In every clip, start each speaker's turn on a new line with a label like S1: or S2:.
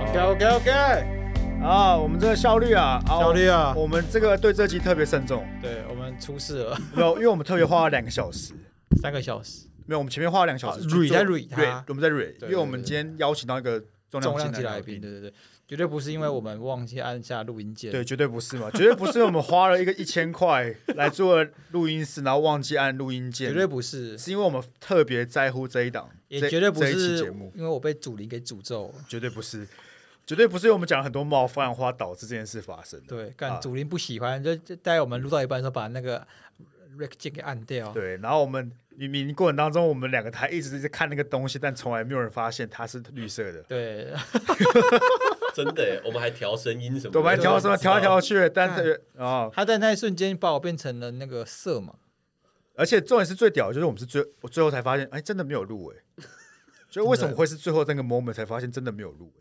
S1: OK OK OK，啊，我们这个效率啊，啊
S2: 小绿啊，
S1: 我们这个对这集特别慎重，
S2: 对我们出事了
S1: 没有，因为我们特别花了两个小时，
S2: 三个小时，
S1: 没有，我们前面花了两个小时
S2: 啊
S1: 去做，
S2: 蕊在蕊它
S1: 对我们在蕊，因
S2: 对
S1: 为我们今天邀请到一个重
S2: 重量
S1: 量
S2: 级
S1: 级
S2: 来
S1: 来
S2: 宾，
S1: 宾，
S2: 对对对，绝对不是因为我们忘记按下录音键，
S1: 对，绝对不是嘛，绝对不是我们花了一个一千块来做录音室，然后忘记按录音键，
S2: 绝对不是，
S1: 是因为我们特别在乎这一档，
S2: 也
S1: 这
S2: 绝对不
S1: 这一期
S2: 是
S1: 节目，
S2: 因为我被祖灵给诅咒了，
S1: 绝对不是，绝对不是因为我们讲了很多冒犯话导致这件事发生的。
S2: 对，
S1: 啊
S2: 干祖灵不喜欢，就就待会我们录到一半的时候把那个 rec 键给按掉，
S1: 对，然后我们明明过程当中，我们两个台一直在看那个东西，但从来没有人发现它是绿色的。
S2: 对，
S3: 真的耶，我们还调声音什么的，
S1: 对，我们还调什么调来调去，但是啊，
S2: 他在那一瞬间把我变成了那个色盲，
S1: 而且重点是最屌，的就是我们是最我最后才发现，哎，真的没有入围。就为什么会是最后那个 moment 才发现真的没有欸入围？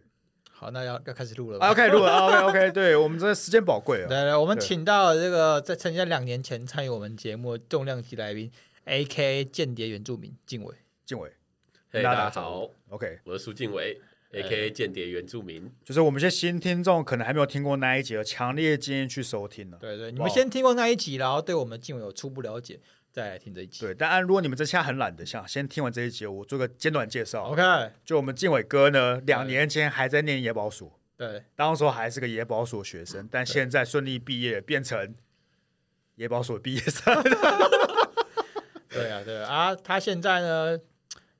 S2: 好，那要要开始录了吧
S1: 啊，，OK，录了，OK OK，对我们真的时间宝贵啊，
S2: 来来，我们
S1: 对
S2: 请到这个在曾经在两年前参与我们节目的重量级来宾，A K 间谍原住民静伟。
S1: 静伟
S3: 嘿，
S1: 那哎
S3: 大
S1: 打
S3: 家
S1: 招呼
S3: 好，
S1: ，OK，
S3: 我是苏敬伟，A K A 间谍原住民。
S1: 就是我们一些新听众可能还没有听过那一集，强烈建议去收听了。
S2: 对对，你
S1: 哇
S2: 们先听过那一集，然后对我们静伟有初步了解，再来听这一集。
S1: 对，但按如果你们这下很懒得想先听完这一集，我做个简短介绍。
S2: ，OK，
S1: 就我们静伟哥呢，两年前还在念野保所，
S2: 对，
S1: 当时候还是个野保所学生，但现在顺利毕业，变成野保所毕业生。
S2: 对啊，对啊。啊他现在呢，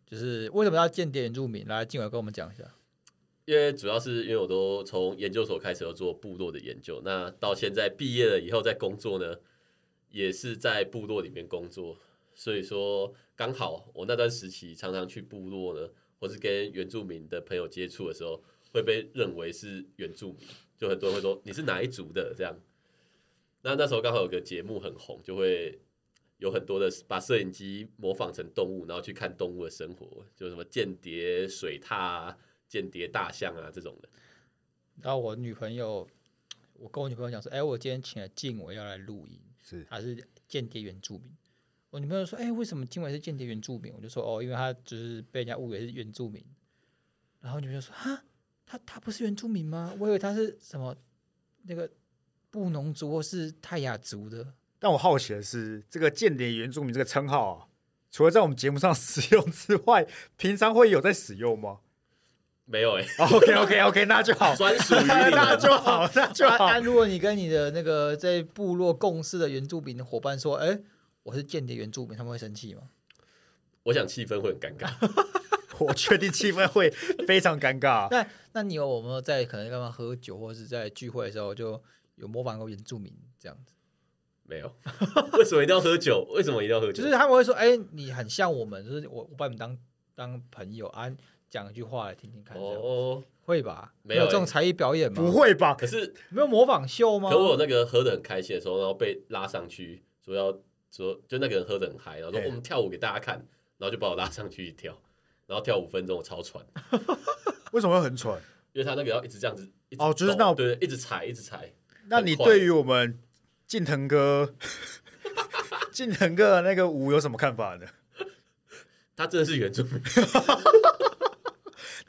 S2: 就是为什么要间谍原住民？来，静伟跟我们讲一下。
S3: 因为主要是因为我都从研究所开始有做部落的研究，那到现在毕业了以后在工作呢，也是在部落里面工作，所以说刚好我那段时期常常去部落呢，或是跟原住民的朋友接触的时候，会被认为是原住民，就很多人会说你是哪一族的这样。那那时候刚好有个节目很红，就会有很多的把摄影机模仿成动物，然后去看动物的生活，就什么间谍水獭、啊、间谍大象啊这种的。
S2: 然后我女朋友，我跟我女朋友讲说，哎，我今天请了静伟要来录音，
S1: 是
S2: 他是间谍原住民。我女朋友说，哎，为什么静伟是间谍原住民？我就说，哦，因为他就是被人家误以为是原住民。然后女朋友说，啊，他他不是原住民吗？我以为他是什么那个布农族或是泰雅族的。
S1: 但我好奇的是，这个间谍原住民这个称号啊，除了在我们节目上使用之外，平常会有在使用吗
S3: 没有哎、
S1: ？OK OK OK，那 就好，
S3: 专属于你 们
S1: 那就好，那就
S2: 啊
S1: 好
S2: 啊！。如果你跟你的那个在部落共事的原住民伙伴说，哎，我是间谍原住民，他们会生气吗？
S3: 我想气氛会很尴尬。
S1: 我确定气氛会非常尴尬。
S2: 那那你有我们在可能干嘛喝酒，或是在聚会的时候就有模仿过原住民这样子？
S3: 没有， 为什么一定要喝酒？为什么一定要喝酒？
S2: 就是他们会说：“哎、你很像我们，就是我我把你们当当朋友啊，讲一句话来听听看。”哦，
S3: 哦，
S2: 会吧？
S3: 没有
S2: 这种才艺表演吗？
S1: 不，会吧？
S3: 可是
S2: 没有模仿秀吗
S3: 可？我有那个喝的很开心的时候，然后被拉上去说要说，就那个人喝的很嗨，然后说
S1: 嘿
S3: 我们跳舞给大家看，然后就把我拉上去一跳，然后跳五分钟，我超喘，
S1: 为什么会很蠢？
S3: 因为他那个要一直这样子，一直
S1: 哦就是
S3: 抖
S1: 那种
S3: 对，一直踩，一直踩。
S1: 那你
S3: 很快
S1: 对于我们近藤哥、 近藤哥的那个舞有什么看法呢？
S3: 他真的是原住民？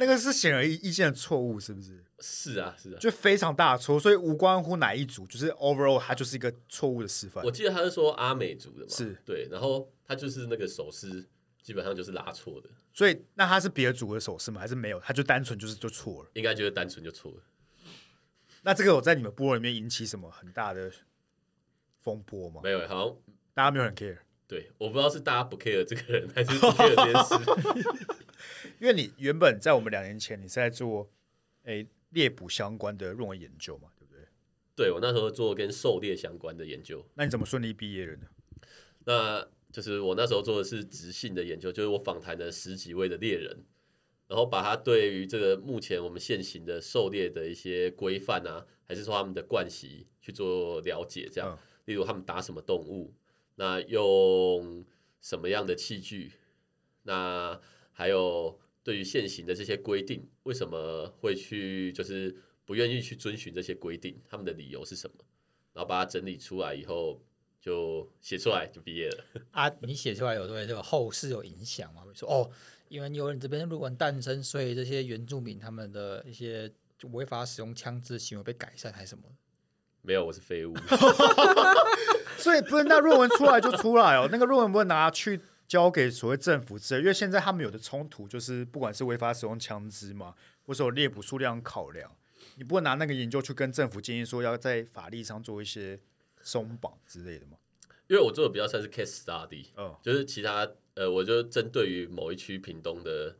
S1: 那个是显而易见的错误，是不是？
S3: 是啊，是啊。
S1: 就非常大的错，所以无关乎哪一组，就是 overall 它就是一个错误的示范
S3: 我。记得他是说阿美族的嘛，
S1: 是
S3: 对，然后他就是那个手势基本上就是拉错的，
S1: 所以那他是别组的手势吗？还是没有？他就单纯就是就错了。
S3: 应该就是单纯就错了。
S1: 那这个有在你们部落里面引起什么很大的风波吗？
S3: 没有，好像
S1: 大家没有很 care，
S3: 对，我不知道是大家不 care 这个人，还是不 care 这件事。
S1: 因为你原本在我们两年前，你是在做诶猎捕相关的论文研究嘛，对不对？
S3: 对我那时候做跟狩猎相关的研究，
S1: 那你怎么顺利毕业了呢？
S3: 那就是我那时候做的是直性的研究，就是我访谈了十几位的猎人，然后把他对于这个目前我们现行的狩猎的一些规范啊，还是说他们的惯习去做了解，这样，
S1: 嗯
S3: 例如他们打什么动物，那用什么样的器具，那还有对于现行的这些规定，为什么会去就是不愿意去遵循这些规定，他们的理由是什么？然后把它整理出来以后，就写出来就毕业了。
S2: 啊，你写出来有对有后世有影响吗？会说哦，因为有你这边入文诞生，所以这些原住民他们的一些违法使用枪支行为被改善还是什么的？
S3: 没有，我是废物。
S1: 所以不是那论文出来就出来哦，那个论文不能拿去交给所谓政府之类，因为现在他们有的冲突就是不管是违法使用枪支嘛，或是有猎捕数量考量，你不会拿那个研究去跟政府建议说要在法律上做一些松绑之类的嘛？
S3: 因为我做的比较算是 case study，
S1: 嗯
S3: 就是其他呃，我就针对于某一区屏东的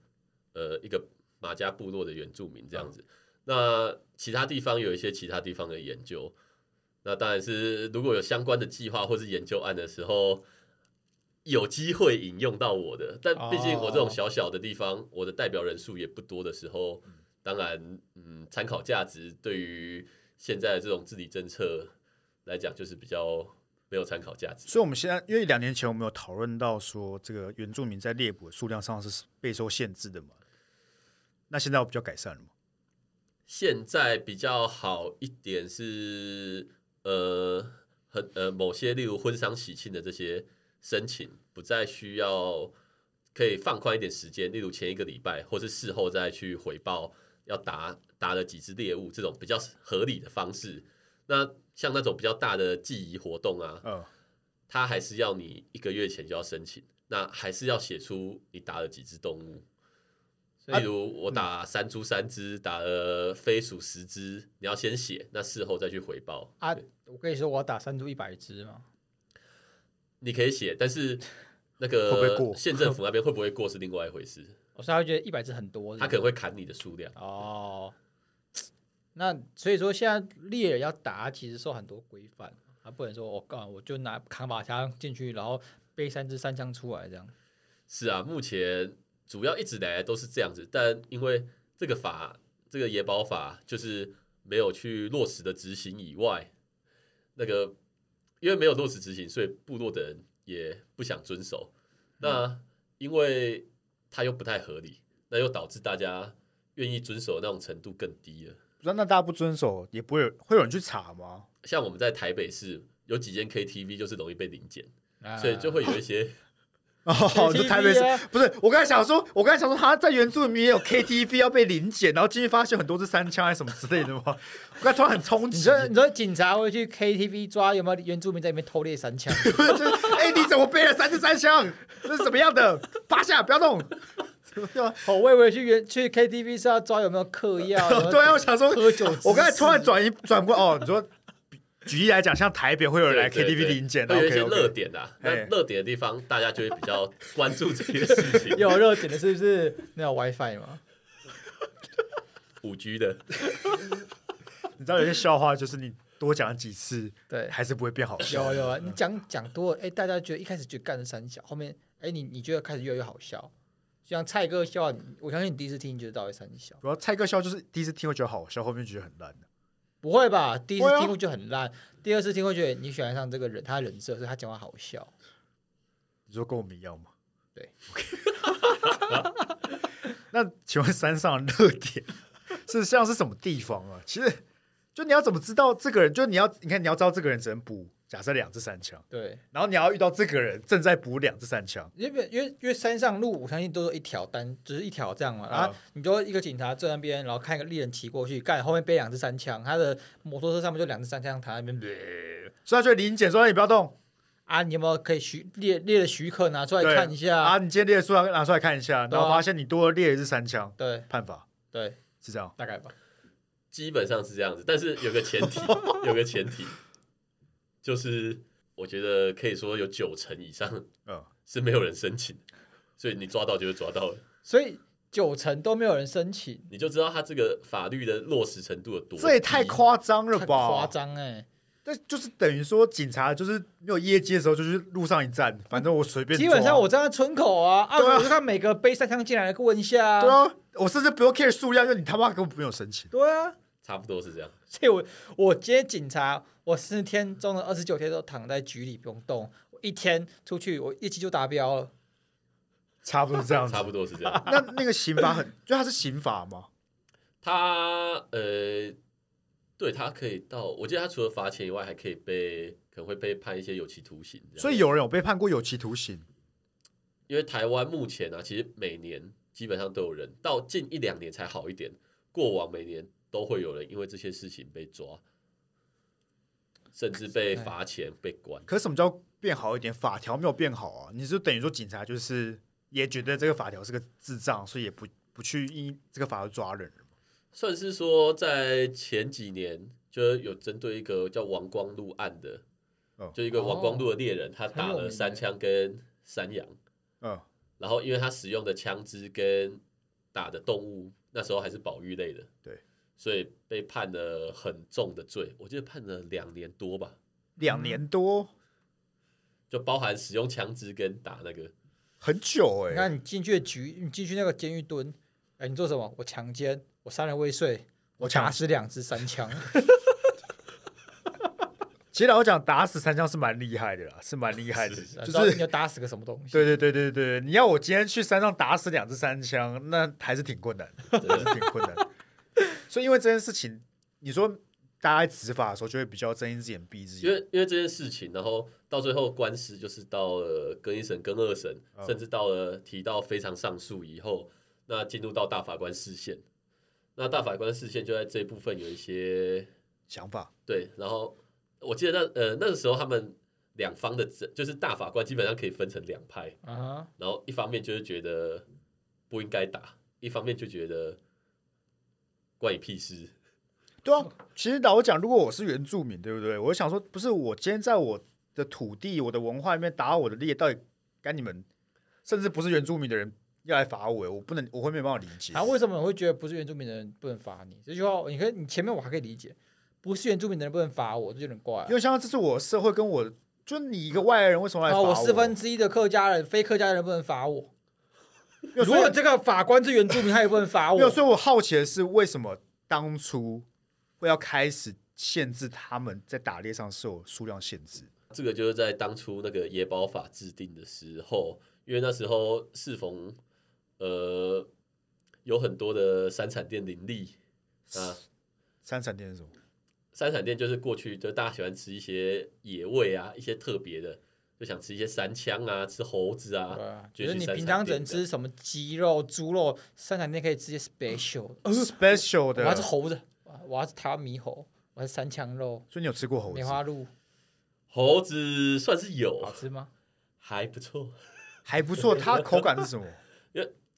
S3: 呃一个马家部落的原住民这样子。那其他地方有一些其他地方的研究，那当然是如果有相关的计划或是研究案的时候，有机会引用到我的。但毕竟我这种小小的地方，我的代表人数也不多的时候，当然嗯，参考价值对于现在的这种治理政策来讲，就是比较没有参考价值。
S1: 所以我们现在因为两年前我们有讨论到说这个原住民在猎捕的数量上是备受限制的嘛，那现在我比较改善了嘛？
S3: 现在比较好一点是，呃，很呃某些例如婚丧喜庆的这些申请，不再需要可以放宽一点时间，例如前一个礼拜或是事后再去回报要打打了几只猎物这种比较合理的方式。那像那种比较大的记忆活动啊，
S1: 嗯，
S3: 它还是要你一个月前就要申请，那还是要写出你打了几只动物。
S2: 所以
S3: 例如我打山猪三只，打了飞鼠十只，你要先写，那事后再去回报。
S2: 啊，我跟你说，我要打三株一百只嘛，
S3: 你可以写，但是那个
S1: 会不会过
S3: 县政府那边会不会过是另外一回事，
S2: 我所以他会觉得一百只很多，是不
S3: 他
S2: 是
S3: 可能会砍你的数量。
S2: 哦。那所以说，现在猎人要打，其实受很多规范，他不能说我干、我就拿扛把枪进去，然后背三支三枪出来这样。
S3: 是啊，目前主要一直来都是这样子，但因为这个法，这个野保法就是没有去落实的执行以外，那个因为没有落实执行，所以部落的人也不想遵守。那因为它又不太合理，那又导致大家愿意遵守的那种程度更低了。
S1: 不然那大家不遵守也不会有会有人去查吗？
S3: 像我们在台北市有几间 KTV 就是容易被临检，
S2: 啊
S3: 所以就会有一些
S1: 哦，就台北市
S2: KTV 啊
S1: 不是？我刚才想说，我刚才想说，他在原住民也有 KTV 要被临检，然后进去发现很多支三枪还是什么之类的吗？ 我刚才突然很冲
S2: 你
S1: 击，
S2: 说，你说警察会去 KTV 抓有没有原住民在里面偷猎三枪？
S1: 就是哎，你怎么背了三支三枪？这是什么样的？趴下，不要动。 啊
S2: 哦，我以为去原去 KTV 是要抓有没有嗑药，有没有
S1: 对啊，我想说，
S2: 喝酒滋滋。
S1: 我刚才突然转移转过哦，你说举例来讲，像台北会有人来
S3: 对对
S1: KTV
S3: 对
S1: 临检，
S3: 会有一些
S1: OK，OK 哎
S3: 热点啊。那
S1: 嘿
S3: 热点的地方，大家就会比较关注这些事 情。
S2: 有热点的是不是？那有 WiFi 吗？
S3: 五 G 的，
S1: 你知道有些笑话就是你多讲几次
S2: 对，
S1: 还是不会变好笑。
S2: 有有啊，你讲讲多了，哎，大家觉得一开始就干了三小，后面哎，你你觉得开始越来越好笑，就像蔡哥笑，你我相信你第一次听你觉得到底三小，
S1: 然后蔡哥笑就是第一次听会觉得好笑，后面觉得很烂
S2: 不会吧？第一
S1: 会
S2: 次
S1: 啊
S2: 听会就很烂，第二次听会觉得你喜欢上这个人，他的人设，所以他讲话好笑。
S1: 你说跟我们一样吗？
S2: 对。
S1: 那请问山上的热点是像是什么地方啊？其实就你要怎么知道这个人？就你要你看你要知道这个人只能补假设两至三枪，
S2: 对，
S1: 然后你要遇到这个人正在补两至三枪，
S2: 因为因为因为山上路，我相信都是一条单，只、是一条这样嘛。然后
S1: 啊
S2: 你就一个警察站那边，然后看一个猎人骑过去，干后面背两支三枪，他的摩托车上面就两支三枪躺在那边。
S1: 所以他就会临检说哎你不要动，
S2: 啊，你有没有可以许猎猎的许可拿出来
S1: 对
S2: 看一下？
S1: 啊，你今天列的数量拿出来看一下，
S2: 对啊
S1: 然后发现你多列了是三枪，
S2: 对
S1: 判罚
S2: 对，
S1: 是这样。
S2: 大概吧。
S3: 基本上是这样子。但是有个前 提，有个前提，就是我觉得可以说有九成以上
S1: 嗯，
S3: 是没有人申请，所以你抓到就是抓到了，
S2: 所以九成都没有人申请，
S3: 你就知道他这个法律的落实程度有多。
S1: 这也太！夸张了
S2: 太
S1: 吧？
S2: 夸张哎！
S1: 但就是等于说，警察就是没有业绩的时候，就是路上一站，反正我随便抓。
S2: 基本上我站在村口啊，啊，
S1: 对啊
S2: 我就看每个背三枪进来的问一下啊
S1: 对啊，我甚至不用 care 数量，因为你他妈根本没有申请。
S2: 对啊，
S3: 差不多是这样。
S2: 所以我我今天警察，我十天中的二十九天都躺在局里不用动，我一天出去我业绩就达标了。
S1: 差不多这样子。
S3: 差不多是这 样。
S1: 那那个刑罚很， 就它是刑罚吗？
S3: 他呃，对他可以到，我记得他除了罚钱以外，还可以被可可能会被判一些有期徒刑这样。
S1: 所以有人有被判过有期徒刑，
S3: 因为台湾目前啊，其实每年基本上都有人，到近一两年才好一点。过往每年都会有人因为这些事情被抓，甚至被罚钱、被关。
S1: 可是什么叫变好一点？法条没有变好啊，你就等于说警察就是也觉得这个法条是个智障，所以也不不去依这个法条抓人。
S3: 算是说，在前几年就是有针对一个叫王光禄案的，
S1: 哦
S3: 就一个王光禄的猎人，他打
S2: 很有名
S3: 了
S2: 的
S3: 三枪跟山羊，
S1: 嗯，
S3: 然后因为他使用的枪支跟打的动物，那时候还是保育类的，
S1: 对，
S3: 所以被判了很重的罪，我记得判了两年多吧，
S1: 两年多，
S3: 就包含使用枪支跟打那个，
S1: 很久哎、
S2: 你看你进去的局，你进去那个监狱蹲，哎、你做什么？我强奸，我杀人未遂，
S1: 我抢
S2: 打死两只三枪。
S1: 其实老实讲，打死三枪是蛮厉害的啦，是蛮厉害的，
S2: 你
S1: 就
S2: 知道你
S1: 是
S2: 要打死个什么东西？
S1: 对对对对对，你要我今天去山上打死两只三枪，那还是挺困难的，
S3: 真
S1: 还是
S3: 的
S1: 挺困难的。所以因为这件事情，你说大家在执法的时候就会比较睁一只眼闭一只
S3: 因为
S1: 眼，
S3: 因为这件事情，然后到最后官司就是到了更一审、更二审，
S1: 嗯
S3: 甚至到了提到非常上诉以后，那进入到大法官视线，那大法官视线就在这部分有一些
S1: 想法
S3: 对，然后我记得那呃那个时候他们两方的就是大法官基本上可以分成两派，
S2: 啊哈，
S3: 然后一方面就是觉得不应该打，一方面就觉得关你屁事。
S1: 对啊，其实老实讲，如果我是原住民，对不对？我想说，不是我今天在我的土地、我的文化里面打我的猎，到底该你们，甚至不是原住民的人要来罚我，我不能，我会没办法理解。
S2: 然后啊为什么我会觉得不是原住民的人不能罚你？这句话，你可以，你前面我还可以理解，不是原住民的人不能罚我，这就有点怪
S1: 因
S2: 了。
S1: 为像这是我社会跟我，就你一个外来人为什么来罚
S2: 啊，
S1: 我？
S2: 我四分之一的客家人，非客家人不能罚我。
S1: 没
S2: 如
S1: 有所以
S2: 果这个法官是原住民，他也不能 罚
S1: 没有，
S2: 我。
S1: 所以我好奇的是，为什么当初会要开始限制他们在打猎上受数量限制？
S3: 这个就是在当初那个野保法制定的时候，因为那时候适逢呃有很多的山产店林立啊，
S1: 三产店是什么？
S3: 山产店就是过去就大家喜欢吃一些野味啊，一些特别的，就想吃一些山枪啊，吃猴子
S2: 对
S3: 啊，
S2: 啊，
S3: 就
S2: 就是是你
S3: 山
S2: 平
S3: 产
S2: 常只
S3: 店
S2: 能
S3: 这样
S2: 吃什么鸡肉、猪肉，三产店可以吃些 special 的。
S1: special
S2: 哦我
S1: 的
S2: 要是，猴子，我要是台湾猕猴，我要是三枪肉、
S1: 所以你有吃过猴
S2: 梅
S1: 子？
S2: 花鹿，
S3: 猴子算是有
S2: 好，吃吗？
S3: 还不错。
S1: 还不错，它口感是什么？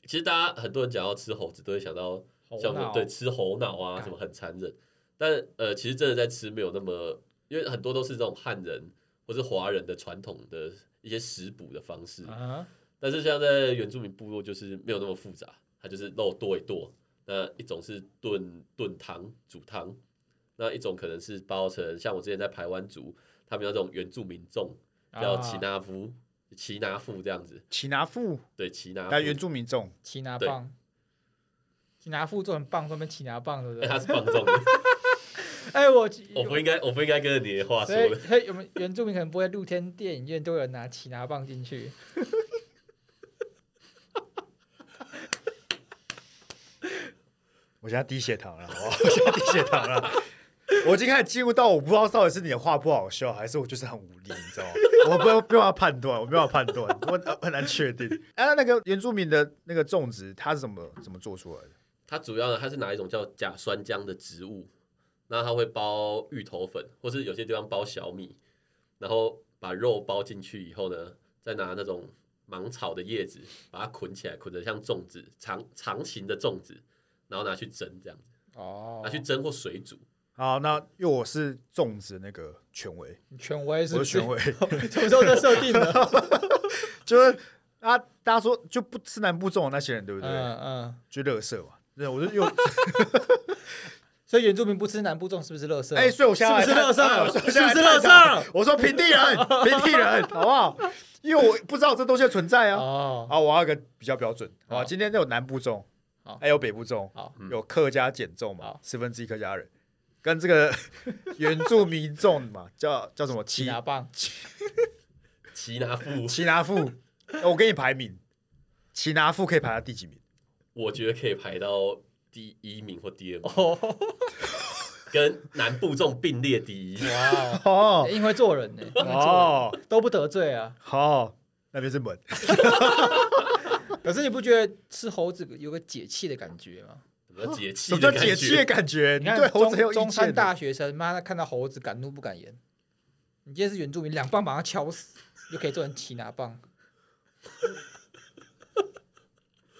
S3: 其实大家很多人讲到吃猴子，都会想到
S2: 猴
S3: 像我
S2: 脑哦
S3: 们对吃猴脑啊，
S2: 干
S3: 什么很残忍。但呃，其实真的在吃没有那么，因为很多都是这种汉人或是华人的传统的一些食补的方式。
S2: 啊，
S3: 但是像在原住民部落，就是没有那么复杂，它就是肉剁一剁，那一种是炖炖汤煮汤，那一种可能是包成像我之前在台湾族，他们有那种原住民粽叫
S2: 啊
S3: 奇纳夫、奇拿富这样子，
S1: 奇拿富，
S3: 对奇拿
S1: 来原
S3: 富，
S1: 住民种，
S2: 奇拿
S3: 对
S2: 棒，奇拿副做很棒，专门奇拿棒，对不
S3: 哎、
S2: 对？
S3: 他是放纵 的。
S2: 哎，我
S3: 我不应该，我不应该跟着你的话说
S2: 所以
S3: 的。
S2: 所以我们原住民可能不会露天电影院都有人拿奇拿棒进去。
S1: 我现在低血糖了，好不好 我现在低血糖了。我已经开始进入到我不知道到底是你的话不好笑，还是我就是很无力，你知道吗？ 我不没办法判断，我没办法判断，我呃很难确定。哎、那个原住民的那个种植，它是怎么怎么做出来的？
S3: 它主要呢，它是拿一种叫假酸浆的植物，那它会包芋头粉，或是有些地方包小米，然后把肉包进去以后呢，再拿那种芒草的叶子把它捆起来，捆得像粽子长长形的粽子，然后拿去蒸，这样子
S2: 哦
S3: 拿去蒸或水煮。
S1: 好，那因为我是种植那个权威，
S2: 权威是
S1: 我
S2: 不
S1: 是
S2: 是
S1: 权威，
S2: 什么时候在设定的？
S1: 就是啊，大家说就不吃南部种的那些人， 对不对？
S2: 嗯嗯，
S1: 就乐色嘛。对，我就又
S2: 所以原住民不吃南部粽是不是垃圾？
S1: 哎、所以我现在来
S2: 是不是垃
S1: 探
S2: 圾
S1: 啊我说我现在来
S2: 是不是
S1: 探讨
S2: 垃圾
S1: 我说平地人，平地人，好不好？因为我不知道这东西的存在啊。
S2: 哦，
S1: 好，我要一个比较标准。好，
S2: 好
S1: 今天有南部粽
S2: 好，
S1: 还有北部粽
S2: 好，嗯
S1: 有客家减重嘛
S2: 好，
S1: 四分之一客家人，跟这个 原住民粽嘛，叫叫什么
S2: 奇
S1: 奇
S2: 拿棒，
S3: 奇拿 富，
S1: 奇拿富。哎我给你排名，奇拿富可以排到第几名？
S3: 我觉得可以排到第一名或第二名。
S2: 哦，
S3: 跟南部众并列第一。
S2: 哇哦，
S1: 哦
S2: 因为做人呢，因为做
S1: 哦，
S2: 人都不得罪啊。
S1: 好，那边是门，
S2: 可是你不觉得吃猴子有个解气的感觉吗？
S3: 什么叫解
S1: 什
S3: 气
S1: 么
S3: 的
S1: 叫
S3: 感
S1: 解气的
S3: 觉？
S1: 感觉？
S2: 你
S1: 哎
S2: 看
S1: 你对猴子很有
S2: 中
S1: 意见
S2: 中
S1: 的。
S2: 山大学生，妈的看到猴子敢怒不敢言。你今天是原住民，两棒把他敲死，就可以做成擒拿棒。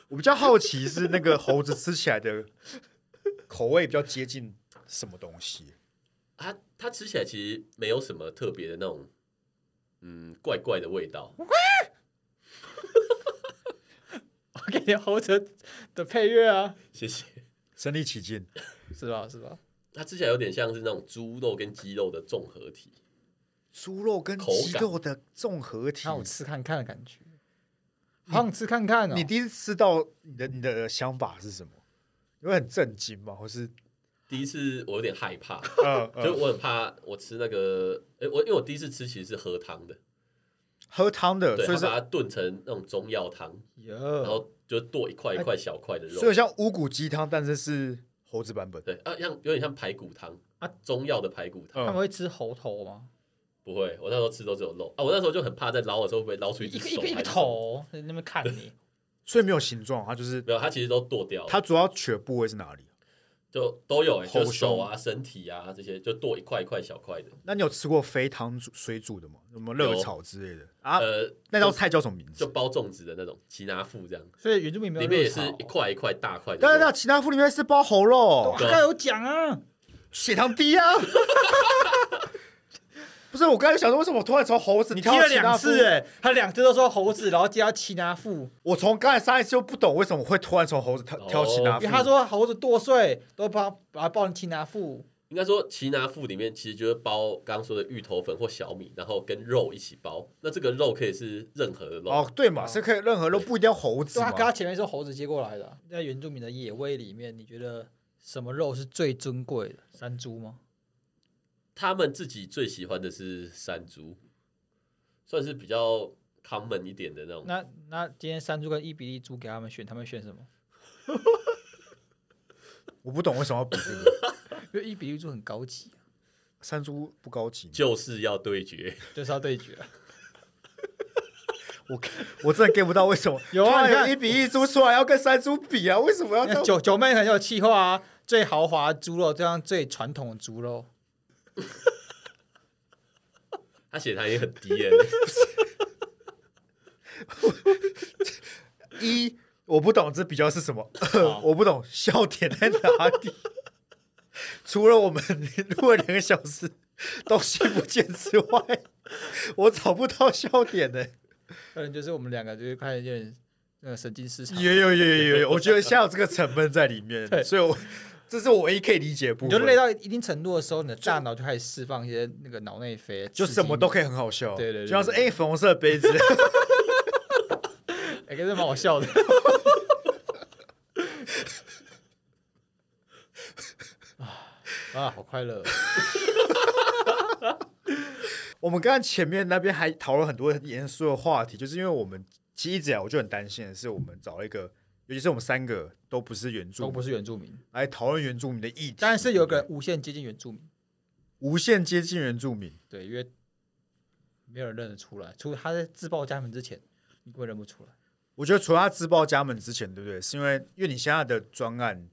S1: 我比较好奇是那个猴子吃起来的口味比较接近什么东西？
S3: 它它吃起来其实没有什么特别的那种，嗯，怪怪的味道。
S2: 我给你猴子的配乐啊，
S3: 谢谢。
S1: 身临其境，
S2: 是吧？是 吧？
S3: 它吃起来有点像是那种猪肉跟鸡肉的综合体。
S1: 猪肉跟鸡肉的综合体
S2: 让。我吃看看的感觉，好想吃看看哦。
S1: 你第一次吃到，你的你的想法是什么？你会很震惊吗？或是
S3: 第一次我有点害怕，
S1: 呃
S2: 嗯
S3: 就
S1: 呃，
S3: 我很怕我吃那个，哎、我因为我第一次吃其实是喝汤的，
S2: 嗯
S1: 喝汤的，
S3: 对，
S1: 所以
S3: 他
S1: 是
S3: 把它炖成那种中药汤，
S2: 嗯
S3: 然
S2: 哟，
S3: 后就剁一
S2: 哎
S3: 块一块小块的肉
S1: 所以，像五谷鸡汤，但是是猴子版本。
S3: 对啊，像有点像排骨汤
S2: 啊
S3: 啊，中药的排骨汤。
S2: 他们
S1: 嗯，
S2: 会吃猴头吗？
S3: 不会，我那时候吃都只有肉啊，我那时候就很怕在捞的时候会不会捞出
S2: 一
S3: 只
S2: 个
S3: 手
S2: 一个一个
S3: 还是什么，
S2: 头在那边看你，
S1: 所以没有形状，它就是
S3: 没有，它其实都剁掉了，
S1: 它主要取的部位是哪里？啊
S3: 就都有、欸，
S1: 猴
S3: 就手啊、身体啊这些，就剁一块一块小块的。
S1: 那你有吃过非汤煮水煮的吗？什么热
S3: 有
S1: 炒之类的啊？
S3: 呃，
S1: 那道菜叫什么名
S3: 就
S1: 字？
S3: 包粽子的那种奇拿富这样，
S2: 所以原住民没有
S3: 里面也
S2: 热
S3: 是
S2: 炒
S3: 一块一块大块的
S1: 当然
S3: 肉
S1: 啦，，啊其他妇里面是包猴肉
S2: 我，刚才有讲啊，
S1: 血糖低啊。 不是，我刚才想说，为什么我突然从猴子
S2: 你
S1: 跳
S2: 踢了
S1: 其他
S2: 两
S1: 妇
S2: 次？哎，他两次都说猴子，然后接到奇拿富，
S1: 我从刚才上一次就不懂为什么我会突然从猴子跳
S3: 哦
S1: 跳其他
S2: 因为
S1: 妇。
S2: 他说猴子剁碎都把把它抱成奇拿富，
S3: 应该说奇拿富里面其实就是包刚刚说的芋头粉或小米，然后跟肉一起包。那这个肉可以是任何的肉，
S1: 哦，对嘛，是可以任何肉，不一定要猴
S2: 嗯
S1: 子
S2: 对啊他
S1: 嘛
S2: 跟。他前面是猴子接过来的啊。在原住民的野味里面，你觉得什么肉是最尊贵的？山猪吗？
S3: 他们自己最喜欢的是山猪，算是比较 common 一点的那种。
S2: 那那今天山猪跟伊比利猪给他们选，他们选什么？
S1: 我不懂为什么要比这个
S2: 因为伊比利猪很高级啊、
S1: 山猪不高级吗。
S3: 就是要对决，
S2: 就是要对决啊、
S1: 我我真的 get 不到为什么
S2: 有啊
S1: 突然
S2: 你看
S1: 有一比一猪出来要跟山猪比啊？为什么要这
S2: 那
S1: 样？
S2: 九九妹很有气话啊，最豪华的猪肉，这样最传统的猪肉，
S3: 他血糖也很低耶、
S1: 一我不懂这比较是什么，
S2: 好
S1: 我不懂笑点在哪里。除了我们录了两个小时东西不见之外，我找不到笑点呢、
S2: 可能就是我们两个就是看一点那个神经失常。
S1: 有有有有有有，我觉得现在有这个成分在里面，所以我这是我唯一可以理解的部
S2: 你
S1: 分。
S2: 就累到一定程度的时候，你的大脑就开始释放一些那个脑内啡，
S1: 就
S2: 刺激
S1: 什么
S2: 你
S1: 都可以很好笑，
S2: 对对对对
S1: 就像是哎、粉红色的杯子，
S2: 哎，可是蛮好笑的。 啊，好快乐哦！
S1: 我们刚刚前面那边还讨论很多很严肃的话题，就是因为我们其实一直以来我就很担心的是，我们找了一个，尤其是我们三个都不是原住
S2: 都
S1: 民
S2: 不是原住民，
S1: 来讨论原住民的议题，
S2: 但是有个人无限接近原住民，
S1: 无限接近原住民，
S2: 对，因为没有人认得出来，除非他在自报家门之前，你根本认不出来。
S1: 我觉得除了他自报家门之前，对不对？是因为因为你现在的专案，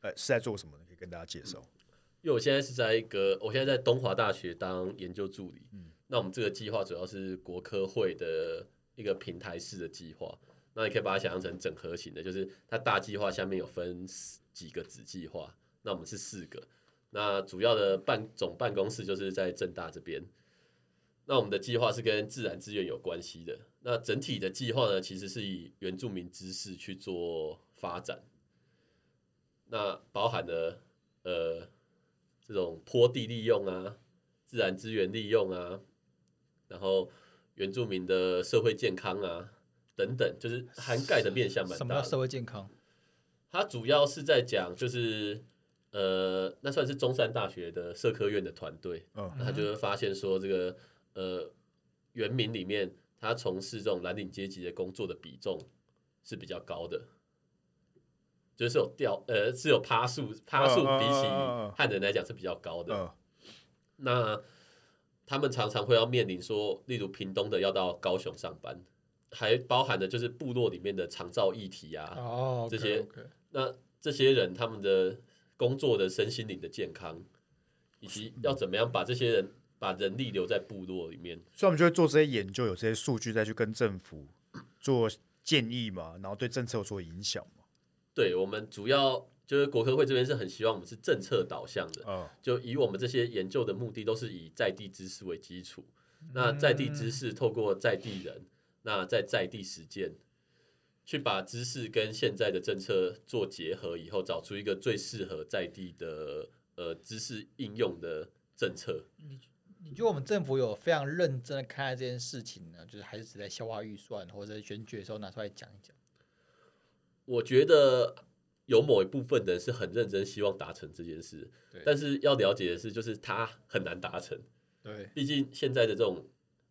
S1: 呃，是在做什么呢？可以跟大家介绍。
S2: 嗯
S3: 因为我现在是在一个，我现在在东华大学当研究助理。那我们这个计划主要是国科会的一个平台式的计划。那你可以把它想象成整合型的，就是它大计划下面有分四几个子计划，那我们是四个。那主要的办总办公室就是在正大这边。那我们的计划是跟自然资源有关系的。那整体的计划呢，其实是以原住民知识去做发展。那包含了呃这种坡地利用啊、自然资源利用啊，然后原住民的社会健康啊等等，就是涵盖的面向蛮
S2: 什么
S3: 大
S2: 叫
S3: 的
S2: 社。会健康？
S3: 他主要是在讲，就是呃，那算是中山大学的社科院的团队，
S1: 嗯
S3: 那他就会发现说，这个呃，原民里面他从事这种蓝领阶级的工作的比重是比较高的，就是有掉呃是有趴数，趴数比起
S1: 嗯嗯嗯嗯嗯
S3: 汉人来讲是比较高的。
S1: 呃，
S3: 那他们常常会要面临说，例如屏东的要到高雄上班，还包含的就是部落里面的长照议题啊，
S2: 哦，
S3: 这些那这些人他们的工作的身心灵的健康，以及要怎么样把这些人把人力留在部落里面，
S1: 所以我们就会做这些研究，有这些数据再去跟政府做建议嘛，然后对政策有所影响嘛。
S3: 对我们主要就是国科会这边是很希望我们是政策导向的，
S1: 呃，
S3: 就以我们这些研究的目的都是以在地知识为基础，
S2: 嗯
S1: 嗯
S3: 那在地知识透过在地人，那在在地实践。去把知识跟现在的政策做结合以后，找出一个最适合在地的呃知识应用的政策。
S2: 你觉得我们政府有非常认真的看待这件事情呢，就是还是只在消化预算或者在选举的时候拿出来讲一讲？
S3: 我觉得有某一部分人是很认真，希望达成这件事
S2: 对，
S3: 但是要了解的是，就是它很难达成。
S2: 对，
S3: 毕竟现在的这种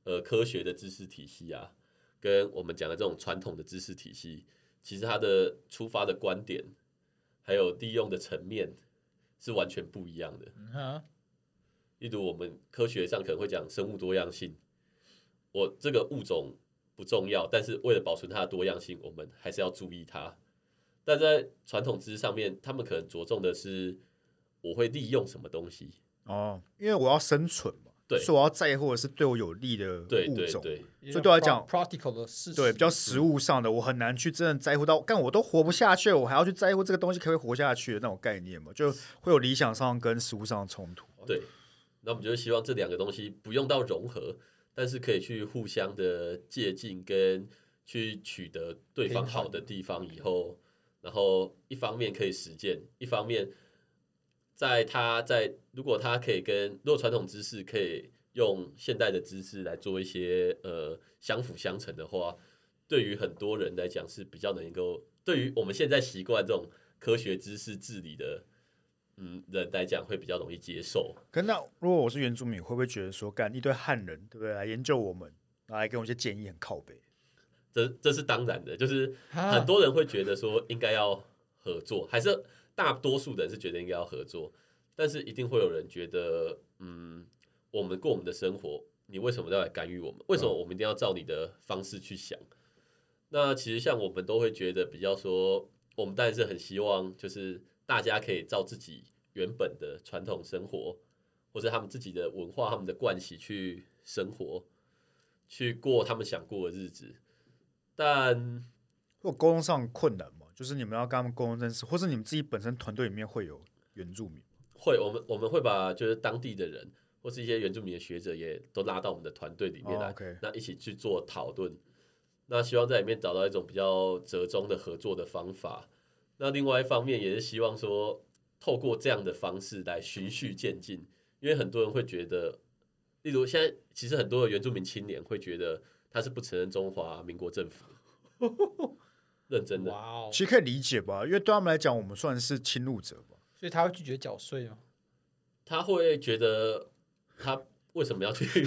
S3: 呃科学的知识体系啊，跟我们讲的这种传统的知识体系，其实它的出发的观点，还有利用的层面是完全不一样的。
S2: 嗯哼，
S3: 例如我们科学上可能会讲生物多样性，我这个物种不重要，但是为了保存它的多样性，我们还是要注意它。但在传统知识上面，他们可能着重的是我会利用什么东西，
S1: 哦，因为我要生存嘛，
S3: 对
S1: 所以我要在乎的是对我有利的
S3: 对
S1: 物
S3: 对
S1: 种，
S3: 对
S1: 所以对我来讲
S2: pro-，practical 的事情，
S1: 对比较实物上的，我很难去真的在乎到，干我都活不下去了，我还要去在乎这个东西可不可以活下去的那种概念嘛，就会有理想上跟实物上的冲突。
S3: 对。那我们就希望这两个东西不用到融合，但是可以去互相的借鉴跟去取得对方好的地方以后，然后一方面可以实践，一方面在他在如果他可以跟如果传统知识可以用现代的知识来做一些呃相辅相成的话，对于很多人来讲是比较能够对于我们现在习惯这种科学知识治理的嗯人来讲会比较容易接受。
S1: 可那如果我是原住民，会不会觉得说，干一堆汉人，对不对，来研究我们，然后来给我们一些建议，很靠北？
S3: 这这是当然的，就是
S2: 啊
S3: 很多人会觉得说应该要合作，还是大多数人是觉得应该要合作，但是一定会有人觉得，嗯，我们过我们的生活，你为什么要来干预我们？为什么我们一定要照你的方式去想？那其实像我们都会觉得比较说，我们当然是很希望就是大家可以照自己原本的传统生活，或者他们自己的文化、他们的惯习去生活，去过他们想过的日子。但
S1: 会有沟通上的困难嘛？就是你们要跟他们沟通这件事，或是你们自己本身团队里面会有原住民，
S3: 会，我们我们会把就是当地的人或是一些原住民的学者也都拉到我们的团队里面
S1: 哦
S3: 来，
S1: ，OK
S3: 那一起去做讨论。那希望在里面找到一种比较折中的合作的方法。那另外一方面也是希望说，透过这样的方式来循序渐进，因为很多人会觉得，例如现在其实很多的原住民青年会觉得他是不承认中华民国政府， 认真的
S2: 哇哦，
S1: 其实可以理解吧？因为对他们来讲，我们算是侵入者吧。
S2: 所以他会拒绝缴税吗？
S3: 他会觉得他为什么要去，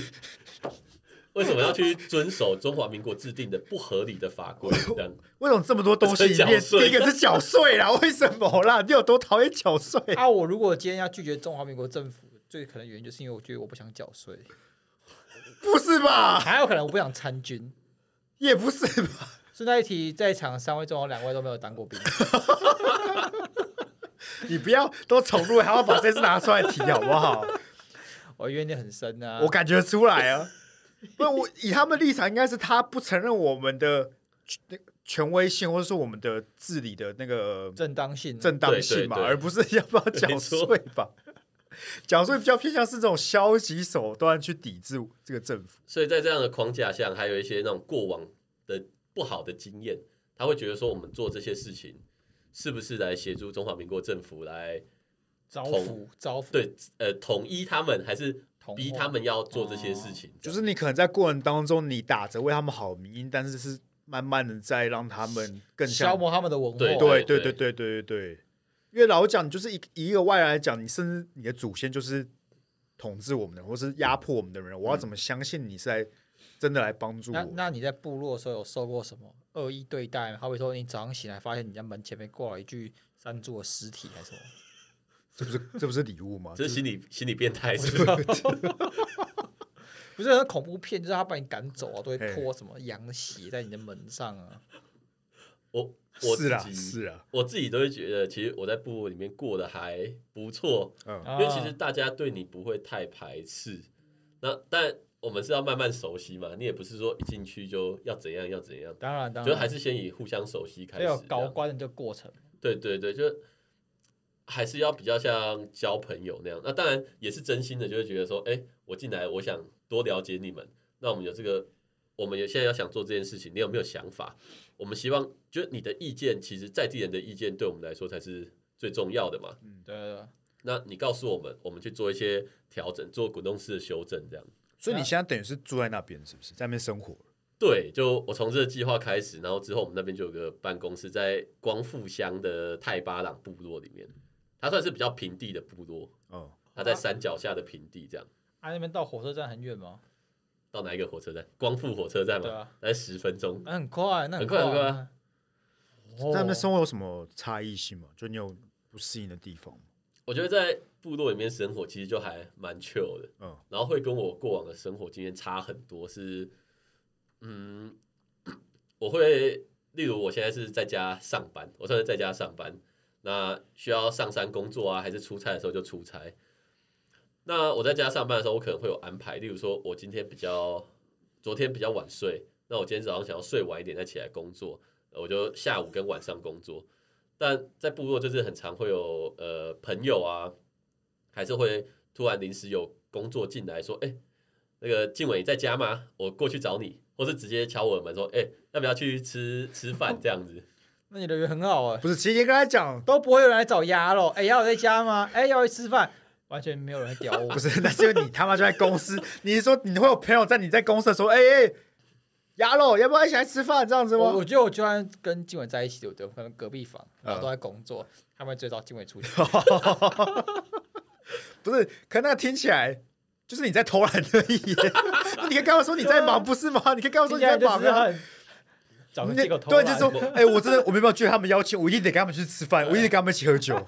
S3: 为什么要去遵守中华民国制定的不合理的法规？这样，
S1: 为什么这么多东西里面，
S3: 这是缴税
S1: 第一个是缴税啦？ 为什么啦？你有多讨厌缴税？
S2: 啊，我如果今天要拒绝中华民国政府，最可能原因就是因为我觉得我不想缴税，
S1: 不是 吧？
S2: 还有可能我不想参军。
S1: 也不是吧？
S2: 顺带一提，在场三位中有两位都没有当 过兵，
S1: 你不要都重录，还要把这次拿出来提，好不 好？
S2: 我冤得很深啊。
S1: 我感觉出来啊。不，我以他们的立场，应该是他不承认我们的权权威性，或者说我们的治理的那个
S2: 正当性啊
S1: 正当性嘛，
S3: 对对对
S1: 而不是要不要缴税 吧。缴税比较偏向是这种消极手段去抵制这个政府。
S3: 所以在这样的框架下，还有一些那种过往的不好的经验，他会觉得说我们做这些事情是不是来协助中华民国政府来
S2: 招
S3: 同
S2: 抚招抚，
S3: 对呃统一他们，还是
S2: 同
S3: 逼
S2: 化哦
S3: 他们要做这些事情？这
S1: 就
S3: 样
S1: 是你可能在过程当中，你打着为他们好名义，但是是慢慢的在让他们更
S2: 消
S1: 像
S2: 磨他们的文化。
S3: 对
S1: 对对
S3: 对
S1: 对对对对对，因为老讲，你就是以以一个外人来讲，你甚至你的祖先就是统治我们的人，或是压迫我们的人，我要怎么相信你是来真的来帮助
S2: 那
S1: 我？
S2: 那你在部落的时候有受过什么恶意对待吗？好比说你早上醒来发现你家门前面挂了一句三座尸体还是什么？
S1: 这不是这不是啊礼物吗？
S3: 这是心理心理变态是
S2: 知
S3: 吧？
S2: 道不是很恐怖片，就是他把你赶走啊，都会
S1: 嘿
S2: 泼什么羊的血在你的门上啊。
S3: 我我
S1: 是啦啊
S3: 自己
S1: 是啦，
S3: 我自己都会觉得，其实我在部落里面过得还不错，
S1: 嗯，
S2: 啊
S3: 因为其实大家对你不会太排斥。那但我们是要慢慢熟悉嘛，你也不是说一进去就要怎样要怎样，
S2: 当然当
S3: 就
S2: 然，
S3: 还是先以互相熟悉开
S2: 得
S3: 始这
S2: 有
S3: 样。
S2: 搞关的这个过程。
S3: 对对对，就还是要比较像交朋友那样。那当然也是真心的，就会觉得说，哎，我进来，我想多了解你们。那我们有这个，我们也现在要想做这件事情，你有没有想法？我们希望，就是你的意见，其实在地人的意见对我们来说才是最重要的嘛。
S2: 对对对，
S3: 那你告诉我们，我们去做一些调整，做滚动式的修正，这样。
S1: 所以你现在等于是住在那边，是不是在那边生活？
S3: 对，就我从这个计划开始，然后之后我们那边就有个办公室在光复乡的泰巴朗部落里面，它算是比较平地的部落，
S1: 哦，
S3: 它在山脚下的平地，这样
S2: 啊那边到火车站很远吗？
S3: 到哪一个火车站？光复火车站
S2: 对
S3: 嘛，
S2: 啊，
S3: 大概十分钟。
S2: 那很快，那
S3: 很
S2: 快啊
S3: 快很快啊。
S2: 哦
S1: 在那边生活有什么差异性吗？就你有不适应的地方吗？
S3: 我觉得在部落里面生活，其实就还蛮 chill 的，
S1: 嗯
S3: 然后会跟我过往的生活经验差很多。是，嗯，我会，例如我现在是在家上班，我算是在家上班，那需要上山工作啊，还是出差的时候就出差。那我在家上班的时候，我可能会有安排，例如说我今天比较，昨天比较晚睡，那我今天早上想要睡晚一点再起来工作，呃我就下午跟晚上工作。但在部落就是很常会有呃朋友啊，还是会突然临时有工作进来说，哎、那个静伟你在家吗？我过去找你，或是直接敲我的门说，哎、要不要去吃吃饭这样子？
S2: 那你的人很好哎，
S1: 不是，其实严格来讲，
S2: 都不会有人来找鸭肉。哎，鸭肉在家吗？哎，要去吃饭，完全没有人来屌我
S1: 不。是，那是因为你他妈就在公司。你是说你会有朋友在你在公司的时候，哎、哎，鸭肉要不要一起来吃饭这样子吗？
S2: 我我觉得我就算跟静伟在一起，对不对？我可能隔壁房，
S1: 嗯
S2: 然后都在工作，他们会追到静伟出去。
S1: 不是，可那个听起来就是你在偷懒而已 耶。你可以跟我说你在忙不是吗？你可以跟我说
S2: 听起
S1: 你
S2: 来
S1: 在
S2: 就
S1: 忙
S2: 是
S1: 啊。
S2: 很找个
S1: 你
S2: 借口偷
S1: 对，
S2: 懒。
S1: 就是说，哎、我真的我没办法拒绝他们邀请，我一定得跟他们去吃饭，我一定得跟他们一起喝酒。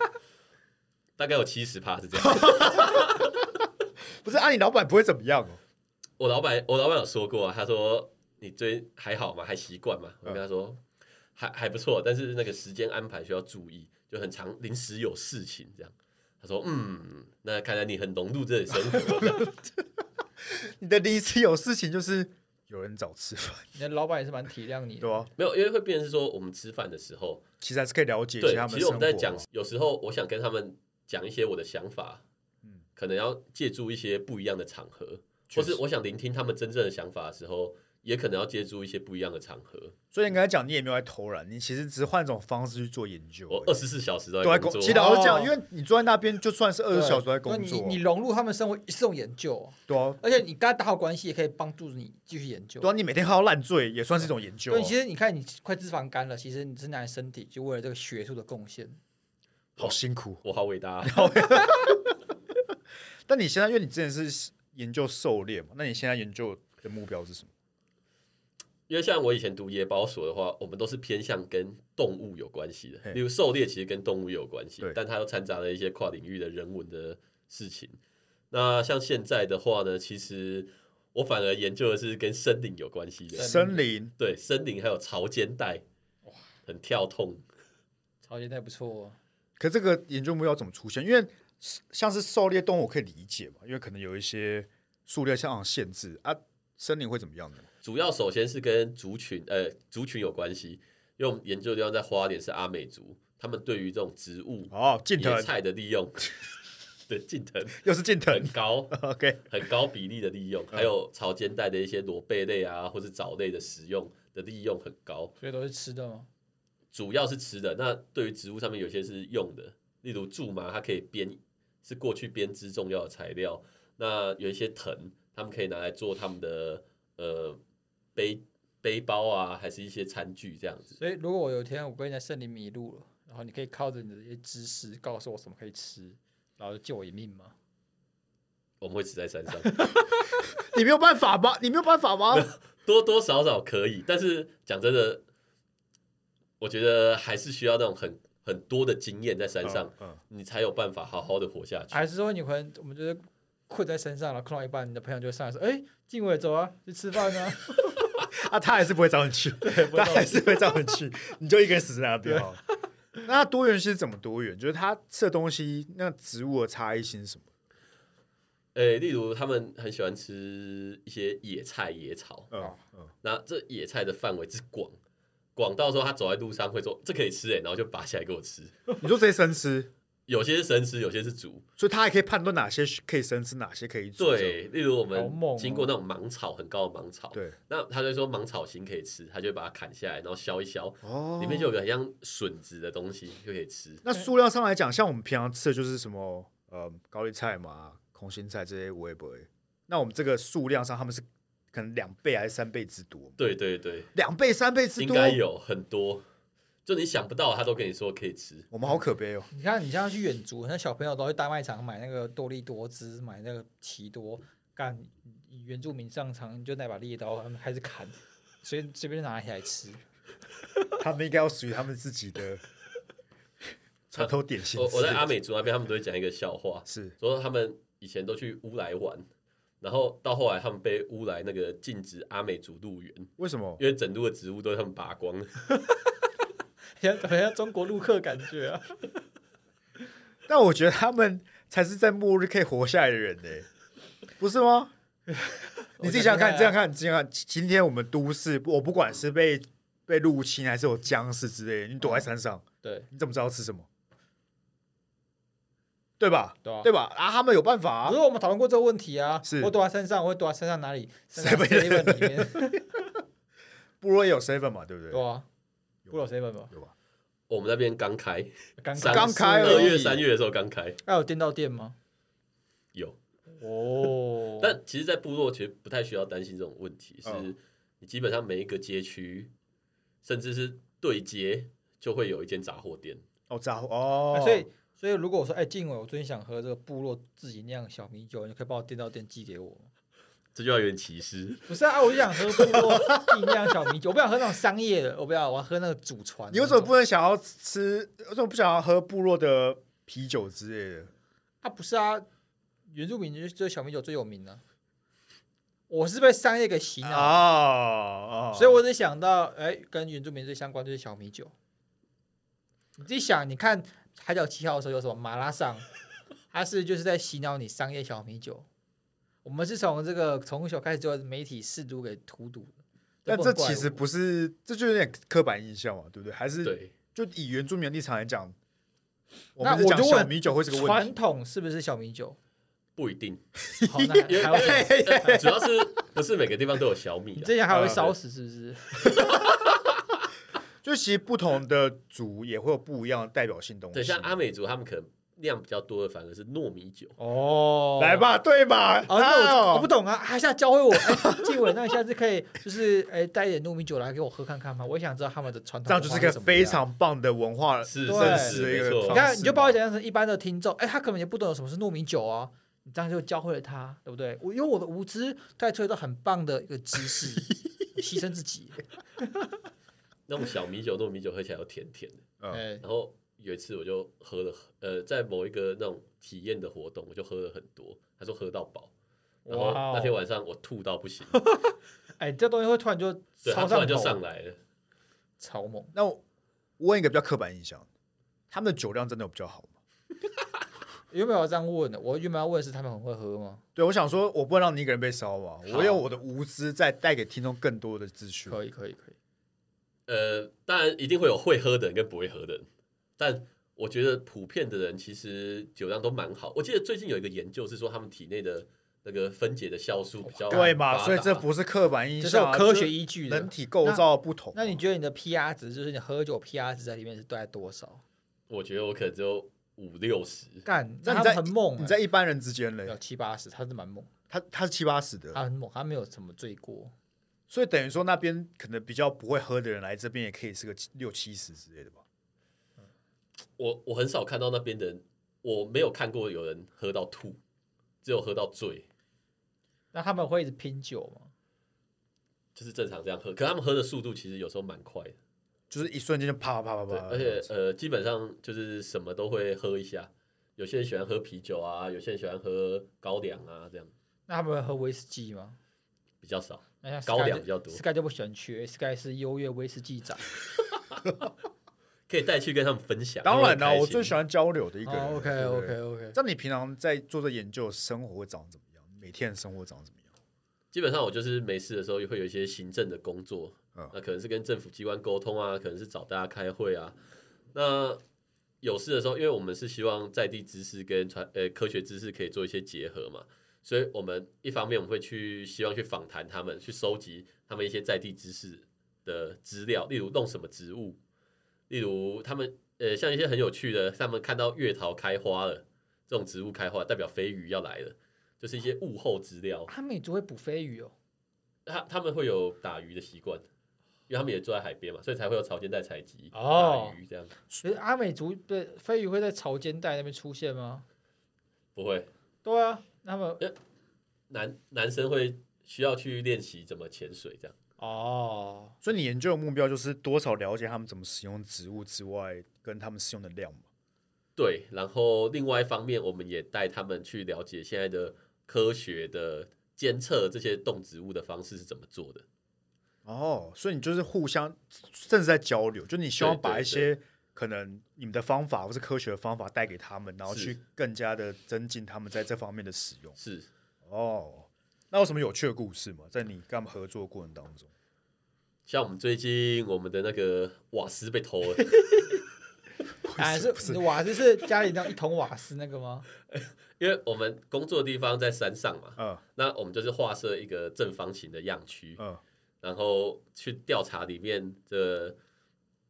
S3: 大概有七十趴是这样。
S1: 不是，啊，你老板不会怎么样哦。
S3: 我老板，我老板有说过、啊，他说你最还好吗？还习惯吗？我跟他说还还不错，但是那个时间安排需要注意，就很常临时有事情这样。他说嗯，那看来你很融入这里生活。
S1: 你的临时有事情就是有人找吃饭，
S2: 你的老板也是蛮体谅你的
S1: 对。吧、
S3: 没有，因为会变成是说我们吃饭的时候，
S1: 其实还是可以了解一
S3: 对
S1: 下他，们的
S3: 其实
S1: 生
S3: 我
S1: 活啊
S3: 们
S1: 嘛。
S3: 在讲，有时候我想跟他们讲一些我的想法，嗯，可能要借助一些不一样的场合，
S1: 确
S3: 或
S1: 实
S3: 是我想聆听他们真正的想法的时候，也可能要借助一些不一样的场合。
S1: 所以你刚才讲，你也没有在偷懒，你其实只是换种方式去做研究而已。
S3: 我二十四小时都
S1: 都在
S3: 在
S1: 工
S3: 工作，
S1: 其实老实
S2: 哦
S1: 讲，因为你坐在那边，就算是二
S2: 对
S1: 十小时都在工
S2: 那
S1: 作，
S2: 你你融入他们生活也是种研究，
S1: 对啊，
S2: 而且你跟他打好关系也可以帮助你继续研究
S1: 对。啊，你每天喝到烂醉也算是一种研究啊、
S2: 对，其实你看你快脂肪肝了，其实你是拿来身体就为了这个学术的贡献。
S1: 好辛苦。
S3: 我好伟大啊、
S1: 但你现在，因为你之前是研究狩猎嘛，那你现在研究的目标是什么？
S3: 因为像我以前读野保所的话，我们都是偏向跟动物有关系
S1: 嘿
S3: 的，例如狩猎其实跟动物有关系
S1: 对，
S3: 但它又掺杂了一些跨领域的人文的事情。那像现在的话呢，其实我反而研究的是跟森林有关系的，
S1: 森林，
S3: 对森林还有潮间带，很跳痛。
S2: 超级太不错、哦，
S1: 可这个研究目标怎么出现？因为像是狩猎动物，我可以理解嘛，因为可能有一些数量上的限制啊。森林会怎么样呢？
S3: 主要首先是跟族群呃族群有关系，因为我们研究的地方在花莲是阿美族，他们对于这种植物
S1: 哦，近藤
S3: 野菜的 利用，对近藤
S1: 又是近藤
S3: 很 高。
S1: ，OK，
S3: 很高比例的利用，还有草间带的一些螺贝类啊，或是藻类的食用的利用很高，
S2: 所以都是吃的吗？
S3: 主要是吃的。那对于植物上面有些是用的，例如苎麻，它可以编是过去编织重要的材料。那有一些藤，他们可以拿来做他们的呃背背包啊，还是一些餐具这样子。
S2: 所以如果我有一天我跟你在森林迷路了，然后你可以靠着你的一些知识告诉我什么可以吃，然后救我一命吗？
S3: 我们会吃在山上，
S1: 你没有办法吗？你没有办法吗？
S3: 多多少少可以，但是讲真的，我觉得还是需要那种很很多的经验在山上，
S1: 嗯，嗯
S3: 你才有办法好好的活下
S1: 哎
S3: 去。
S2: 还是说你可能我们就是困在山上了，困到一半，你的朋友就会上来说：“哎，静伟，走啊，去吃饭啊。
S1: 啊，他还是不会找你去，他还是会找你去，你就一个人死在那边好了。那多元性是怎么多元？就是它吃的东西，那植物的差异性是什么？
S3: 诶、哎例如他们很喜欢吃一些野菜、野草，
S1: 嗯
S2: 哦
S1: 嗯，
S3: 那这野菜的范围之广，广到说他走在路上会说这可以吃诶、欸然后就拔起来给我吃。
S1: 嗯你说这些生吃，
S3: 有些是生吃，有些是煮。
S1: 所以它还可以判断哪些可以生吃，哪些可以煮。
S3: 对，例如我
S2: 好猛哦
S3: 们经过那种芒草很高的芒草，
S1: 对，
S3: 那他就说芒草型可以吃，他就会把它砍下来，然后削一削，
S1: 哦，
S3: 里面就有个很像笋子的东西就可以吃。
S1: 那数量上来讲，像我们平常吃的就是什么呃高丽菜嘛、空心菜这些，我也不会。那我们这个数量上，他们是可能两倍还是三倍之多？
S3: 对对对，
S1: 两倍、三倍之
S3: 应
S1: 多，
S3: 该有很多，就你想不到，他都跟你说可以吃。
S1: 我们好可悲哦。”
S2: 你看，你像去远足，那小朋友都去大卖场买那个多利多汁，买那个奇多，干你原住民上场你就拿把猎刀，他们开始砍，随随便拿起来吃。
S1: 他们应该要属于他们自己 的传统点心
S3: 我
S1: 之类的。
S3: 我在阿美族那边，他们都会讲一个笑话，
S1: 是
S3: 说他们以前都去乌来玩，然后到后来他们被乌来那个禁止阿美族入园，
S1: 为什么？
S3: 因为整路的植物都是他们拔光了。
S2: 像好像中国陆客感觉啊，
S1: 但我觉得他们才是在末日可以活下来的人呢、不是 吗？你自己想想看，你这样
S3: 啊
S1: 看，你这样看，今天我们都市，我不管是被被入侵还是有僵尸之类的，你躲在山上，
S2: 对
S1: 你怎么知道吃什么？对吧？
S2: 对啊
S1: 对吧？啊，他们有办法啊
S2: 不是！我们讨论过这个问题啊，
S1: 是
S2: 我躲在山上，我会躲在山上哪里？山上
S1: 7-Eleven
S2: seven 里面，
S1: 部落也有 seven 嘛，对不对？
S2: 对啊，
S1: 有
S2: 不老
S1: 吧
S2: seven 吧，
S1: 有吧？
S3: 我们那边刚开，
S2: 刚
S3: 三
S1: 刚开而已
S3: 二月三月的时候刚开
S2: 那有电到店吗？
S3: 有，
S2: 哦，
S3: 但其实，在部落其实不太需要担心这种问题，是
S1: 嗯
S3: 你基本上每一个街区，甚至是对街，就会有一间杂货店。
S1: 哦，杂货哦，
S2: 哎啊所以所以如果我说，哎，静伟，我最近想喝这个部落自己酿小米酒，你可以帮我电到店寄给我吗？
S3: 这就要有点歧视。
S2: 不是啊，我就想喝部落自己酿小米酒，我不想喝那种商业的，我不要，我要喝那个祖传。
S1: 你为什么不？能想要吃？为什么不想要喝部落的啤酒之类的？
S2: 啊，不是啊，原住民就是这小米酒最有名啊。我是被商业给洗
S1: 啊
S2: 脑，
S1: 哦，哦
S2: 所以我只想到，哎、跟原住民最相关就是小米酒。你自己想，你看《海角七号》的时候有什么马拉 桑，它是就是在洗脑你商业小米酒。我们是从这个从小开始就媒体试读给荼毒的，
S1: 但
S2: 不
S1: 这
S2: 能怪
S1: 其实
S2: 我
S1: 不是，这就有点刻板印象嘛，对不对？还是
S3: 对，
S1: 就以原住民的立场来讲，我
S2: 那
S1: 们是讲
S2: 就问
S1: 小米酒会是个问
S2: 传
S1: 题。
S2: 统是不是小米酒？
S3: 不一定，
S2: 好，那
S3: 因为
S2: 还还有
S3: 因为主要是不是每个地方都有小米
S2: 你
S3: 啊？
S2: 之前还会烧死是不是？
S1: 就其实不同的族也会有不一样的代表性东西。
S3: 对，像阿美族他们可能量比较多的反而是糯米酒。
S2: 哦
S1: 来。吧，对吧？
S2: 哦，那
S1: 哎
S2: 我
S1: 呦
S2: 我不懂啊，他现在教会 我，哎，静伟，那你下次可以就是哎带一点糯米酒来给我喝看看吗？我也想知道他们的传统
S1: 这样
S2: 文化
S1: 就是是个
S2: 怎么
S1: 非
S2: 样
S1: 常棒的文化
S3: 是
S1: 认
S2: 对
S1: 识的一
S3: 没
S1: 个方
S3: 错
S2: 你
S1: 式嘛。
S2: 看，你就把我想象成一般的听众，哎，他根本就不懂有什么是糯米酒啊，你这样就教会了他，对不对？我用我的无知带出一个很棒的一个知 识，牺牲自己。
S3: 那种小米酒、糯米酒喝起来都甜甜的。
S1: 嗯
S2: 哎，
S3: 然后有一次我就喝了，呃，在某一个那种体验的活动，我就喝了很多。他说喝到饱，然后
S2: 哇哦
S3: 那天晚上我吐到不行，
S2: 哎，这东西会突然就
S3: 对，他
S2: 超
S3: 突然就
S2: 头
S3: 上来了。
S2: 超猛。
S1: 那我我问一个比较刻板印象，他们的酒量真的有比较好吗？
S2: 原本我要这样问的，我原本要问的是他们很会喝吗？
S1: 对，我想说，我不能让你一个人被烧嘛，我用我的无知再带给听众更多的资
S3: 嗯
S1: 讯。
S2: 可以，可以，可以。
S3: 呃，当然一定会有会喝的人跟不会喝的人，但我觉得普遍的人其实酒量都蛮好。我记得最近有一个研究是说，他们体内的那个分解的酵素比较
S1: 哦对嘛？
S3: 发
S1: 所以这
S3: 达
S1: 不是刻板印
S2: 啊这是有
S1: 象啊，
S2: 科
S1: 就
S2: 学
S1: 是
S2: 依据的
S1: 人。体构造不同嘛。啊
S2: 那你觉得你的 PR 值，就是你喝酒 PR 值在里面是大概多少？
S3: 我觉得我可能只有五六十，
S2: 干，
S1: 那
S2: 那他
S1: 你在
S2: 们很猛、欸
S1: 你
S2: 在
S1: 在一般人之间嘞
S2: 有，七八十，他是蛮猛，
S1: 他他是七八十
S2: 他
S1: 的，
S2: 很猛，他没有什么罪过。
S1: 所以等于说那边可能比较不会喝的人来这边也可以是个七六七十之类的吧。
S3: 我我很少看到那边的人，我没有看过有人喝到吐，只有喝到醉，
S2: 那他们会一直拼酒吗？
S3: 就是正常这样喝。可他们喝的速度其实有时候蛮快的，
S1: 就是一瞬间就啪啪啪啪
S3: 对，
S1: 啪，
S3: 而且呃，基本上就是什么都会喝一下，有些人喜欢喝啤酒啊，有些人喜欢喝高粱啊，这样
S2: 那他们会喝威士忌吗？
S3: 比较少。
S2: 那像
S3: 高
S2: Sky
S3: 粱
S2: 就
S3: 比较多
S2: ，Sky 就不喜欢去，Sky 是优越威士忌长。
S3: 可以带去跟他们分享。
S1: 当然
S3: 他
S1: 啦，
S3: 们会很开心
S1: 我最喜欢交流的一个人。
S2: 哦，OK
S1: 对不对
S2: OK OK，
S1: 那你平常在做这研究，生活会长怎么样？每天的生活长怎么样？
S3: 基本上我就是没事的时候会有一些行政的工作，
S1: 嗯
S3: 那可能是跟政府机关沟通啊，可能是找大家开会啊。那有事的时候，因为我们是希望在地知识跟传呃科学知识可以做一些结合嘛，所以我们一方面我们会去希望去访谈他们，去收集他们一些在地知识的资料，例如弄什么植物，例如他们呃像一些很有趣的，他们看到月桃开花了，这种植物开花代表飞鱼要来了，就是一些物候资料。
S2: 他们也就会捕飞鱼哦。
S3: 他他们会有打鱼的习惯，因为他们也住在海边嘛，所以才会有潮间带采集、
S2: 哦
S3: 打鱼这样。
S2: 可是阿美族对飞鱼会在潮间带那边出现吗？
S3: 不会，
S2: 对啊，那么
S3: 男男生会需要去练习怎么潜水这样。
S2: 哦，
S1: 所以你研究的目标就是多少了解他们怎么使用植物之外，跟他们使用的量嘛。
S3: 对，然后另外一方面，我们也带他们去了解现在的科学的监测这些动植物的方式是怎么做的。
S1: 哦，所以你就是互相，甚至在交流，就你希望
S3: 对对
S1: 把一些可能你们的方法或是科学的方法带给他们，然后
S3: 是
S1: 去更加的增进他们在这方面的使用。
S3: 是，
S1: 哦，那有什么有趣的故事吗？在你跟他们合作的过程当中，
S3: 像我们最近我们的那个瓦斯被 偷了，哎
S2: 还哎是你的瓦斯是家里那一桶瓦斯那个吗？
S3: 因为我们工作的地方在山上嘛，
S1: 嗯
S3: 那我们就是画设一个正方形的样区，
S1: 嗯，
S3: 然后去调查里面的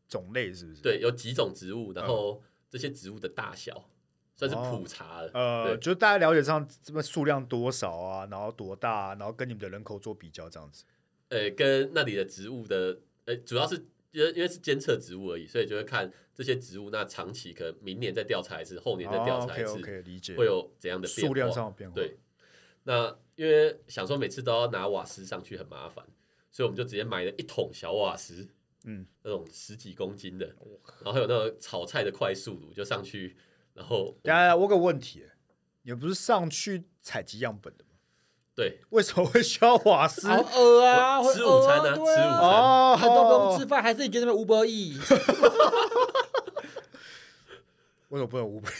S1: 种类是不是？，
S3: 对，有几种植物，
S1: 嗯
S3: 然后这些植物的大小算是普查了。
S1: 呃，
S3: 对
S1: 就是大家了解上这么数量多少啊，然后多大、啊，然后跟你们的人口做比较这样子。
S3: 呃，跟那里的植物的，呃，主要是因为因为是监测植物而已，所以就会看这些植物那长期可能明年再调查一次，后年再调查一
S1: 哦 OK
S3: 次，
S1: OK，理解。
S3: 会有怎样的变化
S1: 数量上的变化。
S3: 对，那因为想说每次都要拿瓦斯上去很麻烦，所以我们就直接买了一桶小瓦斯，
S1: 嗯，哦
S3: 那种十几公斤的，然后还有那种炒菜的快速炉，就上去，然后
S1: 等一下我有个问题，你们不是上去采集样本的吗？
S3: 对
S1: 为什么会需要瓦斯？
S2: 好饿啊，
S3: 我
S2: 会
S3: 吃午
S2: 饿
S3: 餐
S2: 啊，对
S3: 啊吃午
S2: 啊
S1: 哦，
S3: 餐，
S2: 很多不用吃饭，还是你觉得那边无波义？
S1: 为什么不能五百？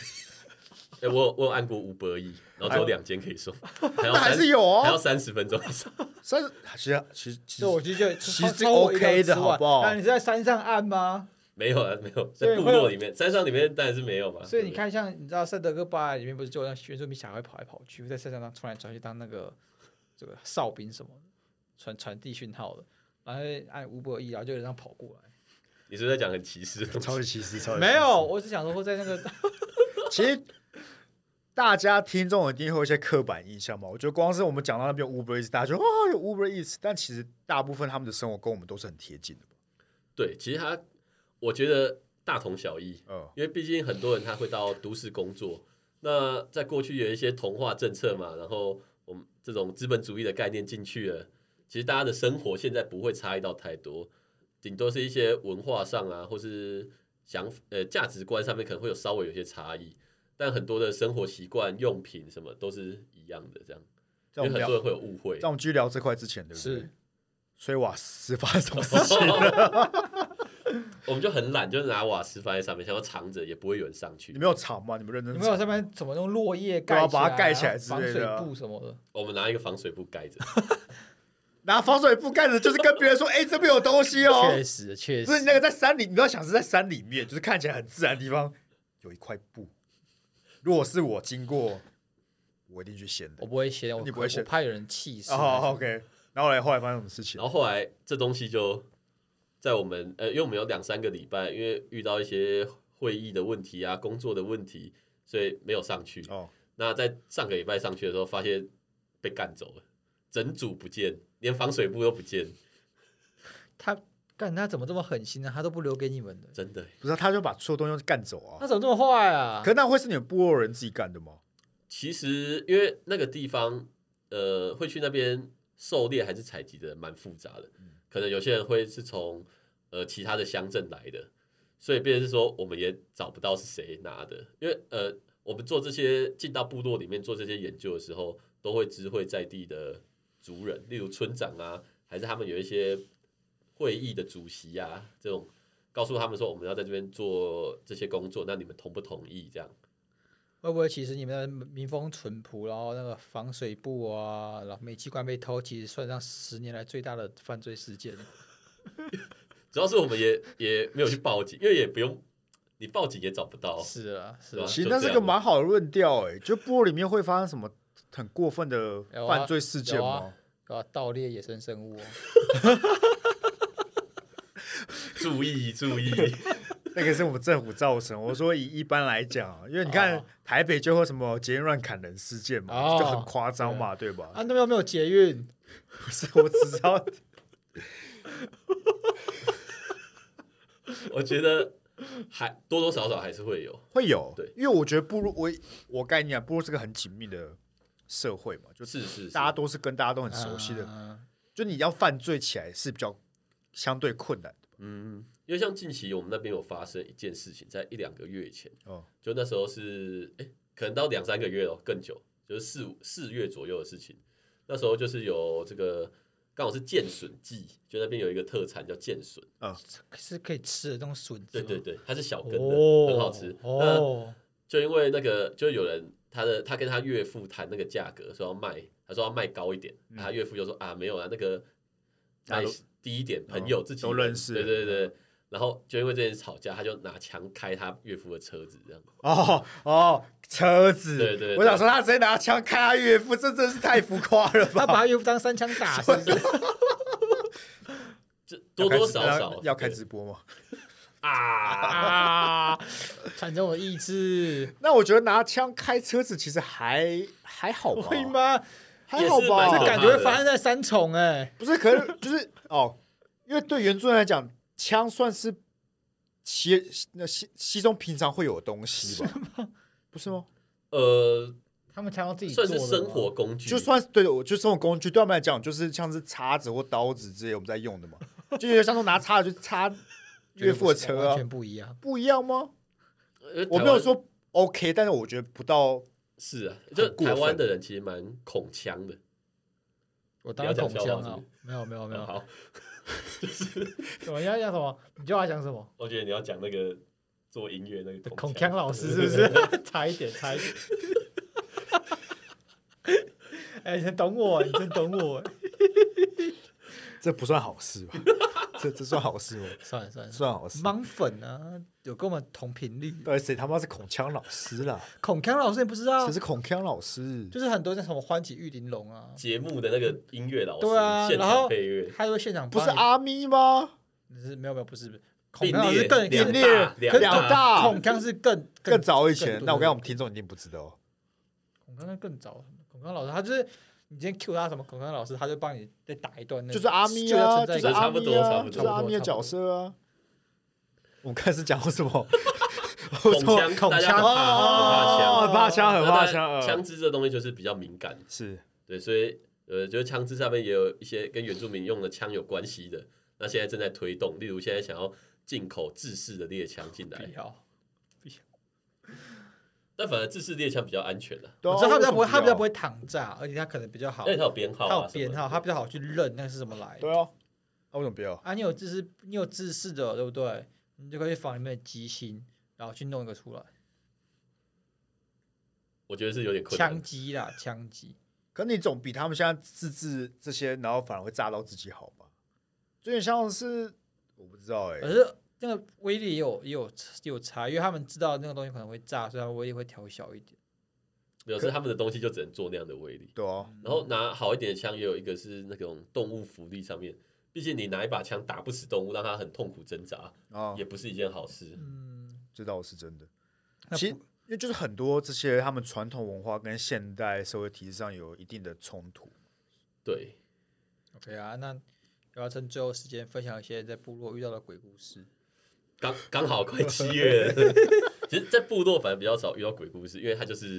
S3: 哎、我有我有按过五百亿，然后
S2: 哎
S3: 只有两间可 以送，还要
S1: 那还
S3: 30
S1: 是有
S3: 还要
S1: 哦。
S3: 三十分钟以上。
S1: 三十，其实其实其
S2: 所以我
S1: 实
S2: 就觉得
S1: 其
S2: 超
S1: 实
S2: 超过一个人
S1: OK 的
S2: 吃完
S1: 好不好
S2: 那你是在山上按吗？
S3: 没有啊，没有，
S2: 所以
S3: 在部
S2: 会有
S3: 落里面，山上里面当然是没有
S1: 啊
S3: 嘛。
S2: 所以你
S3: 对不对，
S2: 看，像你知道圣德哥巴莱里面不是就有那原住民小孩跑来跑去，会在山上当传来传去当那个这个哨兵什么的，传传递讯号的，然后会按吴伯义，然后就有人这样跑过来。
S3: 你是不是在讲很歧视的东西？
S1: 超级歧视，超级
S2: 没
S1: 歧视
S2: 有，。我只想说会在那 个
S1: 其实大家听众一定会有一些刻板印象嘛。我觉得光是我们讲到那边 Uber Eats，大家就哦有 Uber Eats，但其实大部分他们的生活跟我们都是很贴近的吧。
S3: 对，其实他，我觉得大同小异，
S1: 嗯，
S3: 因为毕竟很多人他会到都市工作。那在过去有一些同化政策嘛，然后我们这种资本主义的概念进去了，其实大家的生活现在不会差异到太多，顶多是一些文化上啊，或是想呃价值观上面可能会有稍微有些差异，但很多的生活习惯、用品什么都是一样的，这样，
S1: 在
S3: 因
S1: 我们
S3: 为很
S1: 聊
S3: 多人会有误会
S1: 在。我们继续聊这块之前，对不对
S2: 是？
S1: 所以瓦斯发生什么事 情？
S3: 我们就很懒，就拿瓦斯放在上面，想要藏着也不会有人上
S1: 你
S3: 去。
S1: 们有藏吗？你们认真
S2: 有
S1: 藏？
S2: 没有上面怎么用落叶
S1: 对
S2: 盖
S1: 啊把它盖起来之
S2: 防
S1: 类
S2: 水
S1: 的啊
S2: 布什么的。
S3: 我们拿一个防水布盖着，
S1: 拿防水布盖着，就是跟别人说：“哎、这边有东西哦。”
S2: 确实，确
S1: 不是
S2: 实，
S1: 你那个在山里，你不要想是在山里面，就是看起来很自然的地方，有一块布。如果是我经过，我一定去掀的
S2: 我。不会写，我
S1: 你不会写
S2: 我怕有人气死。
S1: 哦、好 o k 然后来后来发生什么事情
S3: 然？
S2: 哦
S3: 后后来这东西就在我们呃，因为我们有两三个礼拜，因为遇到一些会议的问题啊、工作的问题，所以没有上去。
S1: 哦，
S3: 那在上个礼拜上去的时候，发现被干走了，整组不见，连防水布都不见，
S2: 他干他怎么这么狠心呢？他都不留给你们的，
S3: 真的。
S1: 不是啊，他就把所有东西都干走啊
S2: 他。怎么这么坏啊
S1: 可？是那会是你们部落人自己干的吗？
S3: 其实因为那个地方，呃，会去那边狩猎还是采集的人蛮复杂的，可能有些人会是从呃其他的乡镇来的，所以变成是说我们也找不到是谁拿的，因为呃我们做这些进到部落里面做这些研究的时候，都会知会在地的族人，例如村长啊，还是他们有一些会议的主席啊这种。告诉他们说我们要在这边做这些工作，那你们同不同意？这样
S2: 会不会其实你们的民风淳朴，然后那个防水布啊，然后煤气罐被偷，其实算上十年来最大的犯罪事件了？
S3: 主要是我们也 也没有去报警，因为也不用你报警也找不到。
S2: 是啊，是
S3: 对
S2: 啊
S3: 吧。
S1: 其实
S3: 就
S1: 那
S3: 这
S1: 是
S3: 样
S1: 个蛮好的论调哎，就部落里面会发生什么很过分的
S2: 有啊
S1: 犯罪事件
S2: 有
S1: 吗
S2: 啊？啊，盗猎野生生物、哦，
S3: 注意注意，
S1: 那个是我们政府造成。我说以一般来讲啊，因为你看
S2: 哦
S1: 台北就会什么捷运乱砍人事件嘛，
S2: 哦
S1: 就很夸张嘛，对吧？
S2: 啊，那边又没有捷运，
S1: 不是，我只知道
S3: 我觉得还多多少少还是会有。
S1: 会有，
S3: 对
S1: 因为我觉得部落，我我概念啊，部落是个很紧密的社会嘛，就是
S3: 是是，
S1: 大家都是跟大家都很熟悉的，
S2: 啊
S1: 就你要犯罪起来是比较相对困难的
S3: 嗯，因为像近期我们那边有发生一件事情，在一两个月前，
S1: 哦。
S3: 就那时候是哎、诶可能到两三个月哦，更久，就是四五四月左右的事情。那时候就是有这个刚好是剑笋季，就那边有一个特产叫剑笋。
S2: 是可以吃的那种笋子
S3: 对
S2: 吗，
S3: 对对，它是小根的，
S2: 哦，
S3: 很好吃。那
S2: 哦，
S3: 就因为那个，就有人他的他跟他岳父谈那个价格，说要卖，他说要卖高一点，他岳父就说啊没有啊，那个
S1: 嗯大家
S3: 卖
S1: 都
S3: 低一点，朋
S1: 哦
S3: 友自己
S1: 都
S3: 人
S1: 认识嗯
S3: 对对对。然后就因为这件事吵架，他就拿枪开他岳父的车子，这样。
S1: 哦哦，车子，
S3: 对对对
S1: 我想说他直接拿枪开他岳父，这真是太浮夸了
S2: 他把
S1: 吧？
S2: 他岳父当三枪打，是不 是？
S3: 这多多少少
S1: 要开
S3: 对
S1: 直播吗？
S3: 啊，
S2: 啊，产生我的意志，
S1: 那我觉得拿枪开车子其实还还好吧？
S2: 会吗？
S1: 还好吧？
S3: 也
S2: 这
S3: 是蛮可怕的
S2: 感觉会发生在三重哎，
S1: 不是，可是就是哦，因为对原住人来讲，枪算是稀那稀稀松平常会有的东西吧？不是吗？
S3: 呃，
S2: 他们枪要自己
S3: 算是
S2: 做的
S3: 生
S2: 吗
S3: 活工具，
S1: 就算对的，我就这种工具对他们来讲，就是像是叉子或刀子之类我们在用的嘛，就有点像说拿叉子去插岳父的车
S2: 完
S1: 啊，
S2: 全不一样。
S1: 不一样吗？
S3: 呃
S1: 我没
S3: 台
S1: 有
S3: 湾
S1: 说 OK，但是我觉得不到
S3: 是啊，就
S1: 很过
S3: 台湾
S1: 分
S3: 的人其实蛮恐枪的。
S2: 我当然
S3: 你要
S2: 恐
S3: 讲
S2: 枪
S3: 笑话
S2: 啊
S3: 是不，
S2: 没有没有没有，
S3: 好，
S2: 我要讲什么？你就要讲什么？
S3: 我觉得你要讲那个做音乐那个
S2: 孔锵老师 是不 是？差一点，差一点。哎，你懂我，你真懂我。
S1: 这不算好事吧？ 这这算好事吗？
S2: 算了算了，
S1: 算好事。
S2: 盲粉啊，有跟我们同频率。
S1: 到底谁他妈是孔腔老师啦？
S2: 孔锵老师你不知道
S1: 谁，是孔腔老师？
S2: 哦就是很多那什么欢喜玉玲珑啊，
S3: 节目的那个音乐老师，
S2: 对啊，
S3: 现
S2: 然
S3: 场
S2: 后
S3: 配乐，
S2: 他就会现场
S1: 不是啊
S2: 帮你
S1: 阿咪吗？
S2: 是没有没有不是不是，孔
S3: 并
S2: 锵老
S3: 列
S2: 师更
S1: 并
S2: 是
S1: 列
S3: 两
S1: 两大
S2: 孔锵是更
S1: 更早以前
S2: 更，多
S1: 那我跟我们听众一定不知道。
S2: 孔刚刚更早，孔刚老师他就是你今天 Q 他什么孔刚老师，他就帮你再打一段那个，
S1: 就是阿咪
S2: 就要
S1: 啊，
S2: 存在
S1: 就是
S2: 感
S1: 阿
S3: 差不
S1: 咪
S3: 多差
S1: 啊，
S3: 不多
S1: 就是阿咪的角色啊。我们开始讲什么？我
S3: 孔
S1: 说
S3: 腔，大家
S2: 孔
S3: 很
S2: 腔
S1: 哦，
S3: 怕
S1: 很怕枪，很
S3: 很
S1: 怕
S3: 怕
S1: 枪，
S3: 枪，
S2: 嗯
S1: 呃
S3: 枪支这东西就是比较敏感，
S1: 是
S3: 对，所以呃，就是枪支上面也有一些跟原住民用的枪有关系的，那现在正在推动，例如现在想要进口制式的猎枪进
S2: 不
S3: 来，
S2: 要，
S3: 但反而制式猎枪比较安全的，
S1: 对啊
S2: 我知道他比较不会，
S1: 为什么
S2: 他比较不会
S1: 要
S2: 躺炸，而且他可能比较好
S3: 因，为它有编号
S2: 他
S3: 啊什么
S2: 有
S3: 的，
S2: 编号，他比较好去认那个是什么来的。
S1: 对啊，他为什么不要？
S2: 啊，你有知识，你有知识的，对不对？你就可以去仿里面的机芯，然后去弄一个出来，
S3: 我觉得是有点困
S2: 枪
S3: 难。
S2: 击啦，枪击。
S1: 可你总比他们现在自制这些，然后反而会炸到自己好吧？有点像是我不知道哎
S2: 可，是那个威力也有也有也有差，因为他们知道那个东西可能会炸，所以他们威力会调小一点。
S3: 表示他们的东西就只能做那样的威力。
S1: 对
S2: 嗯
S1: 啊，
S3: 然后拿好一点的枪，也有一个是那种动物福利上面，毕竟你拿一把枪打不死动物，让它很痛苦挣扎，
S1: 啊
S3: 也，不是一件好事。
S2: 哦嗯，
S1: 这倒是真的。
S2: 那
S1: 其实，因为就是很多这些他们传统文化跟现代社会体制上有一定的冲突。
S3: 对，
S2: OK 啊，那要不要趁最后时间分享一些在部落遇到的鬼故事？
S3: 刚刚好 快七月 了。其实，在部落反而比较少遇到鬼故事，因为它就是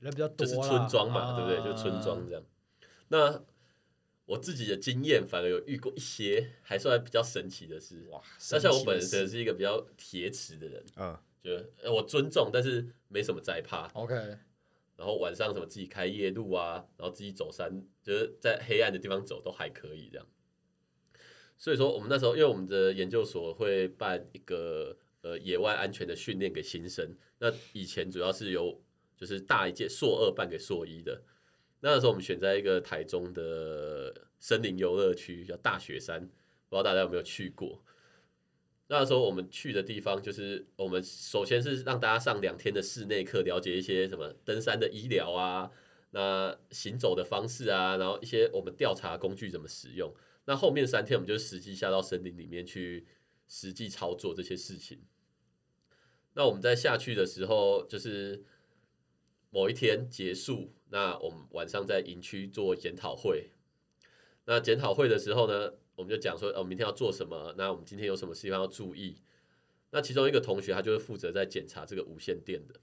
S2: 人比较多
S3: 就
S2: 啦，
S3: 是村庄嘛，
S2: 啊
S3: 对不对？就村庄这样。那我自己的经验反而有遇过一些还算比较神奇的事。
S2: 哇，
S3: 那像我
S2: 神奇的
S3: 本
S2: 事
S3: 身是一个比较铁齿的人，
S1: 嗯，
S3: 就呃我尊重，但是没什么在怕。
S2: OK，
S3: 然后晚上什么自己开夜路啊，然后自己走山，就是在黑暗的地方走都还可以这样。所以说，我们那时候因为我们的研究所会办一个呃野外安全的训练给新生，那以前主要是由就是大一届硕二办给硕一的。那时候我们选在一个台中的森林游乐区，叫大雪山，不知道大家有没有去过？那时候我们去的地方就是，我们首先是让大家上两天的室内课，了解一些什么登山的医疗啊，那行走的方式啊，然后一些我们调查工具怎么使用。那后面三天我们就实际下到森林里面去实际操作这些事情。那我们在下去的时候，就是某一天结束，那我们晚上在营区做研讨会。那检讨会的时候呢，我们就讲说，哦，明天要做什么？那我们今天有什么地方要注意？那其中一个同学他就是负责在检查这个无线电的。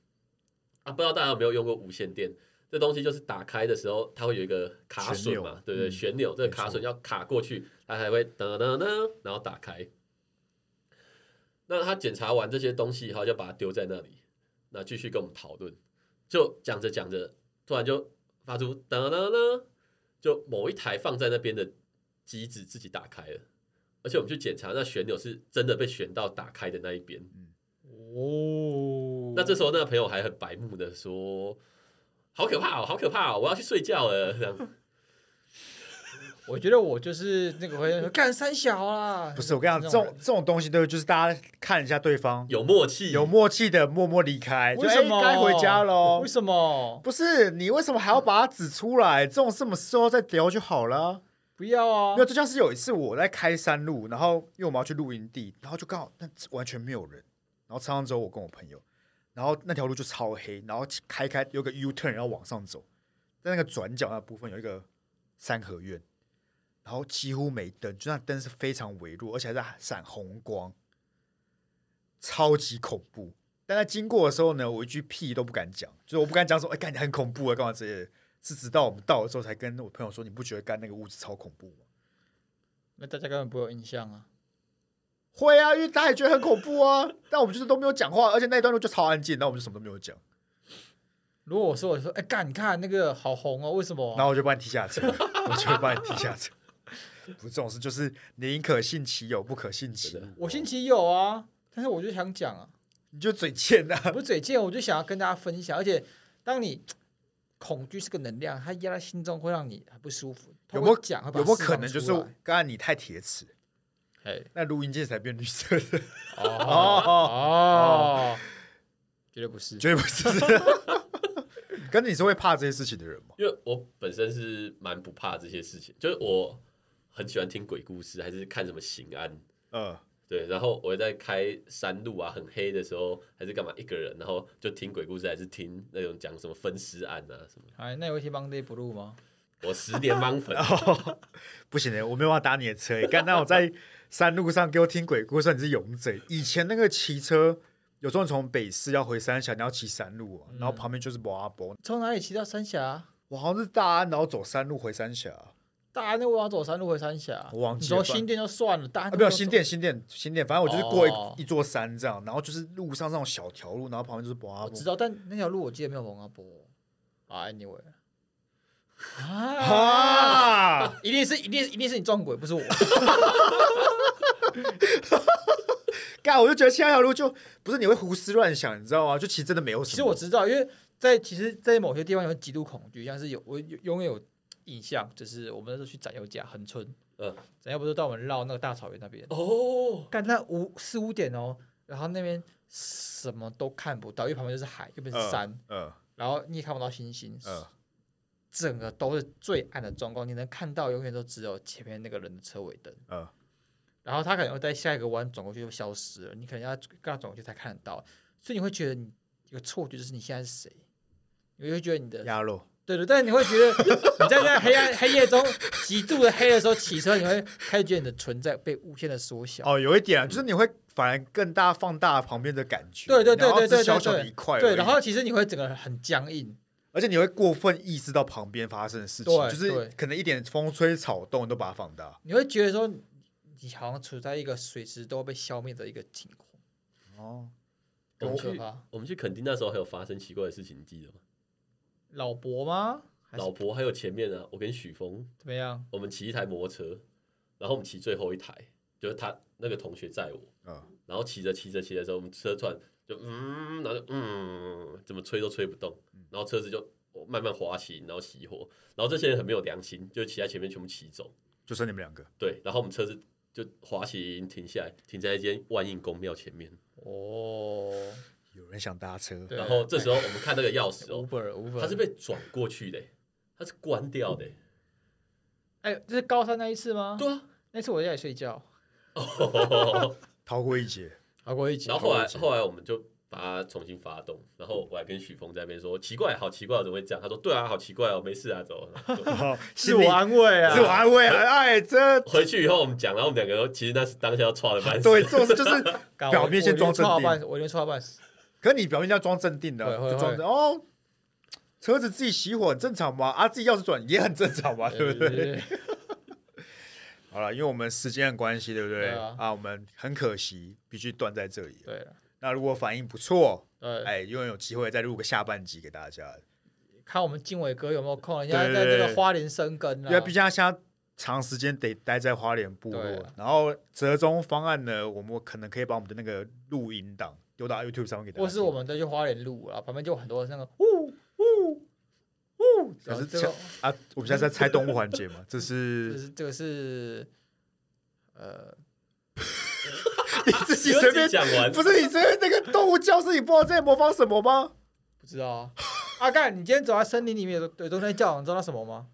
S3: 啊，不知道大家有没有用过无线电？这东西就是打开的时候，它会有一个卡
S1: 旋
S3: 榫
S1: 钮嗯
S3: 嘛，对不对？旋钮，这
S1: 没
S3: 个卡
S1: 错
S3: 榫要卡过去，它才会噔噔噔，然后打开。那他检查完这些东西以后，就把它丢在那里，那继续跟我们讨论。就讲着讲着，突然就发出噔噔噔，就某一台放在那边的机子自己打开了，而且我们去检查，那旋钮是真的被旋到打开的那一边。
S2: 哦，
S3: 那这时候那个朋友还很白目的说：“好可怕哦，好可怕哦，我要去睡觉了。”这样，
S2: 我觉得我就是那个会干三小啊，
S1: 不是我跟你讲，这
S2: 种
S1: 种这种东西都就是大家看一下对方
S3: 有默契，
S1: 有默契的默默离开，
S2: 人
S1: 就
S2: 为
S1: 哎
S2: 什么
S1: 该回家喽
S2: 为。什么
S1: 不是你为什么还要把它指出来？这种事我们事后再聊就好了。
S2: 不要啊
S1: 没有，？就像是有一次我在开山路，然后因为我们要去露营地，然后就刚好那完全没有人，然后车上只有我跟我朋友，然后那条路就超黑，然后开开有个 U turn 然后往上走，在那个转角那部分有一个三合院，然后几乎没灯，就那灯是非常微弱，而且还在闪红光，超级恐怖。但在经过的时候呢，我一句屁都不敢讲，就是我不敢讲说，哎、干你很恐怖啊，干嘛之类的。是直到我们到了之后，才跟我朋友说，你不觉得干那个屋子超恐怖吗？
S2: 那大家根本不会有印象啊。
S1: 会啊，因为大家也觉得很恐怖啊，但我们就是都没有讲话，而且那一段路就超安静，那我们就什么都没有讲，
S2: 如果我说我说，哎、干，你看那个好红哦，为什么
S1: 然？后我就把你踢下车， 我就会把你踢下车。不是这种事，就是宁可信其有，不可信其
S3: 真的
S1: 无。
S2: 我星期有啊，但是我就想讲啊，
S1: 你就嘴欠啊！
S2: 我不是嘴贱，我就想要跟大家分享。而且，当你恐惧是个能量，它压在心中会让你很不舒服。
S1: 有没有
S2: 通过讲？会把
S1: 有没有
S2: 它释
S1: 可
S2: 放
S1: 能就是
S2: 出来
S1: 刚才你太铁齿，
S2: 哎
S1: 那录音键才变绿色的？
S2: 哦
S1: 哦，
S2: 哦，绝对不是。
S1: 绝对不是。 跟你是会怕这些事情的人吗？
S3: 因为我本身是蛮不怕这些事情，就是我很喜欢听鬼故事，还是看什么刑案，
S2: 嗯
S1: 呃，
S3: 对，然后我会在开山路啊，很黑的时候，还是干嘛一个人，然后就听鬼故事，还是听那种讲什么分尸案啊什么。
S2: 哎，那有一些 Monday Blue 吗？
S3: 我十年盲粉，
S1: 不行的，我没有办法打你的车耶。刚才我在山路上给我听鬼故事，你是勇者。以前那个骑车，有时候你从北市要回三峡，你要骑山路、
S2: 嗯
S1: 啊，然后旁边就是博阿伯，
S2: 从哪里骑到三峡？
S1: 我好像是大安，然后走山路回三峡啊，
S2: 大安那往走山路回三峡，
S1: 我忘记了
S2: 你走新店就算了，大安
S1: 啊没有
S2: 那
S1: 新店，新店，新店，反正我就是过一、
S2: 哦
S1: 一座山这样，然后就是路上那种小条路，然后旁边就是博阿
S2: 我
S1: 伯
S2: 知。道，但那条路我记得没有往阿波啊，anyway 啊，
S1: 啊！
S2: 一定是一定一定是你撞鬼，不是我。
S1: 干，我就觉得其他条路就不是你会胡思乱想，你知道吗？就其实真的没有什
S2: 其
S1: 么。
S2: 实我知道，因为在其实，在某些地方有极度恐惧，像是有我有永远有印象，就是我们那时候去展油甲横村，
S3: 嗯，
S2: 展油不是带我们绕那个大草原那边，
S3: 哦，
S2: 干那五四五点哦，然后那边什么都看不到，因为旁边就是海，右边是山，
S1: 嗯
S2: 然后你也看不到星星，
S1: 嗯
S2: 整个都是最暗的状况，你能看到永远都只有前面那个人的车尾灯，
S1: 嗯
S2: 然后他可能会在下一个弯转过去就消失了，你可能要跟他转过去才看得到，所以你会觉得你有个错觉，就是你现在是谁，你会觉得你的
S1: 嗯，鸭肉。
S2: 对对，但是你会觉得 你在那黑暗黑夜中极度的黑的时候骑车，你会开始觉得你的存在被无限的缩小。
S1: 哦，有一点啊，就是你会反而更大放大旁边的感觉，
S2: 对对对
S1: 然后
S2: 对对
S1: 只小小
S2: 对
S3: 哦
S1: 的一块而已，
S2: 对，然后其实你会整个人很僵硬，
S1: 而且你会过分意识到旁边发生的事情，
S2: 对
S1: 就是
S2: 对
S1: 可能一点风吹草动都把它放大。
S2: 你会觉得说你好像处在一个随时都要被消灭的一个情况，
S1: 哦，
S3: 我
S2: 很
S3: 们
S2: 可
S3: 去
S2: 怕。
S3: 我们去垦丁那时候还有发生奇怪的事情，你记得吗？
S2: 老伯吗？还是
S3: 老婆还有前面啊，我跟许峰，
S2: 怎么样？
S3: 我们骑一台摩托车，然后我们骑最后一台，就是他那个同学载我，
S1: 嗯，
S3: 然后骑着骑着骑着时候，我们车突然就嗯，然后就嗯，怎么吹都吹不动，然后车子就哦慢慢滑行，然后熄火，然后这些人很没有良心，就骑在前面全部骑走，
S1: 就剩你们两个，
S3: 对，然后我们车子就滑行停下来，停在一间万应公庙前面，
S2: 哦，
S1: 有人想搭车，
S2: 对
S3: 然后这时候我们看那个钥匙哦，
S2: ，Uber Uber，
S3: 它是被转过去的，它是关掉的，
S2: 哎，这是高三那一次吗？
S3: 对啊，
S2: 那次我在家里睡觉，
S1: 逃过一 劫。
S2: 熬过一集。
S3: 然后后
S2: 逃过
S3: 来
S2: 一集
S3: 后来我们就把它重新发动，然后我还跟许峰在那边说奇怪，好奇怪，怎么会这样？他说对啊，好奇怪哦，没事啊，走。然后 就
S2: 自我安慰啊，
S1: 自我安慰啊，哎，这
S3: 回去以后我们讲，然后我们两个都其实那是当下要抓的半死。
S1: 对，这种事就是
S2: 干
S1: 表面先装镇，
S2: 我我连错到半
S1: 定，
S2: 死我连错到半死。
S1: 可是你表面要装镇定的，
S2: 会会
S1: 就装
S2: 会
S1: 着哦，车子自己熄火很正常嘛，啊，自己钥匙转也很正常嘛，对不对？
S2: 对？
S1: 好了，因为我们时间的关系，对不对？
S2: 对啊
S1: 我们很可惜，必须断在这里。
S2: 对了，
S1: 那如果反应不错，
S2: 对，
S1: 哎，永远有机会再录个下半集给大家。
S2: 看我们经纬哥有没有空，人家
S1: 对
S2: 在这
S1: 对对
S2: 个花莲生根
S1: 因为
S2: 啊
S1: 毕。竟他现在长时间得待在花莲部
S2: 对
S1: 落
S2: 啊，
S1: 然后折中方案呢，我们可能可以把我们的那个录音档丢到 YouTube 上面给大家听。
S2: 或是我们再去花莲路啊，旁边就有很多那个呜呜呜，
S1: 可
S2: 然后
S1: 是
S2: 这
S1: 这
S2: 个
S1: 啊，我们 现在在猜动物环节嘛，这
S2: 这
S1: 是
S2: 是这个是呃，
S1: 你自己
S3: 你
S1: 随
S3: 随
S1: 便
S3: 便讲完，
S1: 不是你随便那个动物教室，你不知道在模仿什么吗？
S2: 不知道啊。 阿干，你今天走在森林里面有有东西在叫，你知道那什么吗？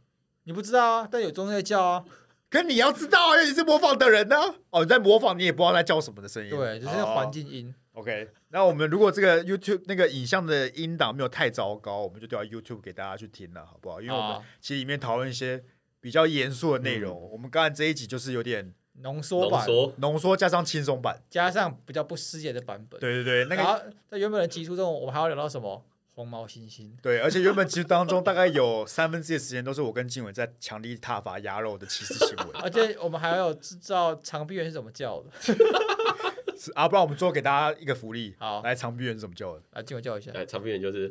S2: 你不知道啊，但有东西在叫啊。
S1: 可你要知道啊，因为你是模仿的人呢、哦，你在模仿，你也不知道在叫什么的声音。
S2: 对，就是
S1: 哦
S2: 环境音。
S1: OK，那我们如果这个 YouTube 那个影像的音档没有太糟糕，我们就调到 YouTube 给大家去听了，好不好？因为我们
S2: 啊嗯
S1: 其实里面讨论一些比较严肃的内容，我们刚才这一集就是有点
S2: 浓缩
S3: 浓
S2: 版
S3: 缩，
S1: 浓缩加上轻松版。
S2: 加上比较不失业的版本。
S1: 对对对，那
S2: 然
S1: 个
S2: 后在原本的集数中，我们还要聊到什么红毛猩猩？
S1: 对，而且原本其实当中大概有三分之一的时间都是我跟静伟在强力挞伐鸭肉的歧视行 为。
S2: 而且我们还有知道长臂猿是怎么叫的，
S1: 是啊，不然我们最后给大家一个福利，
S2: 好
S1: 来长臂猿是怎么叫的？
S2: 来进我叫一下。
S3: 哎，长篇就是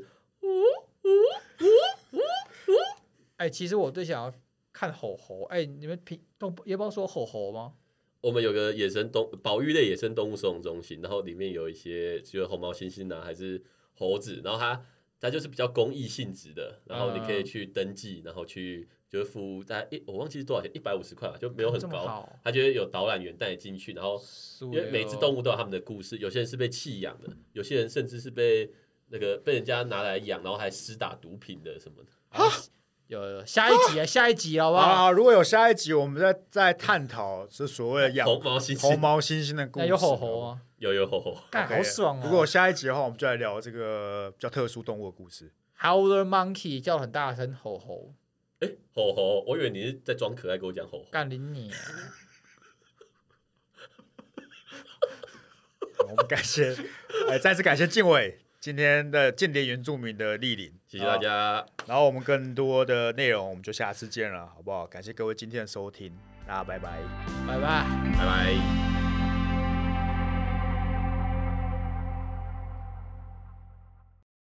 S2: 哎，其实我最想要看吼猴。哎，你们平动也不要说吼猴吗？
S3: 我们有个野生动保育类野生动物收容中心，然后里面有一些就是红毛猩猩啊，还是猴子，然后它它就是比较公益性质的，然后你
S1: 嗯
S3: 可以去登记，然后去就是付大概一我忘记是多少钱，一百五十块吧，就没有很
S2: 这么
S3: 高。
S2: 好
S3: 它就会有导览员带你进去，然后因
S1: 啊
S3: 为每只动
S2: 物
S3: 物都有他们的故事，有些人是被弃养的，有些人甚至是被那个被人家拿来养，然后还施打毒品的什么的。
S2: 啊有有下一集啊，下一集好不好？
S1: 啊，如果有下一集，我们再再探讨这所谓的养
S3: 红毛猩猩
S1: 红毛猩猩的故
S2: 那
S1: 事。
S2: 哎有吼猴？吗？
S3: 有有吼吼，
S2: 干，好爽啊！
S1: 如果有下一集的话，我们就来聊这个比较特殊动物的故事。
S2: Howler Monkey 叫很大声吼猴，
S3: 哎、吼吼，我以为你是在装可爱跟我讲吼吼。
S2: 干林你啊！
S1: 我们感谢，哎，再次感谢静伟今天的间谍原住民的莅临，
S3: 谢谢大
S1: 啊。
S3: 家，
S1: 然后我们更多的内容，我们就下次见了，好不好？感谢各位今天的收听，大家拜拜。
S2: 拜拜。
S3: 拜拜。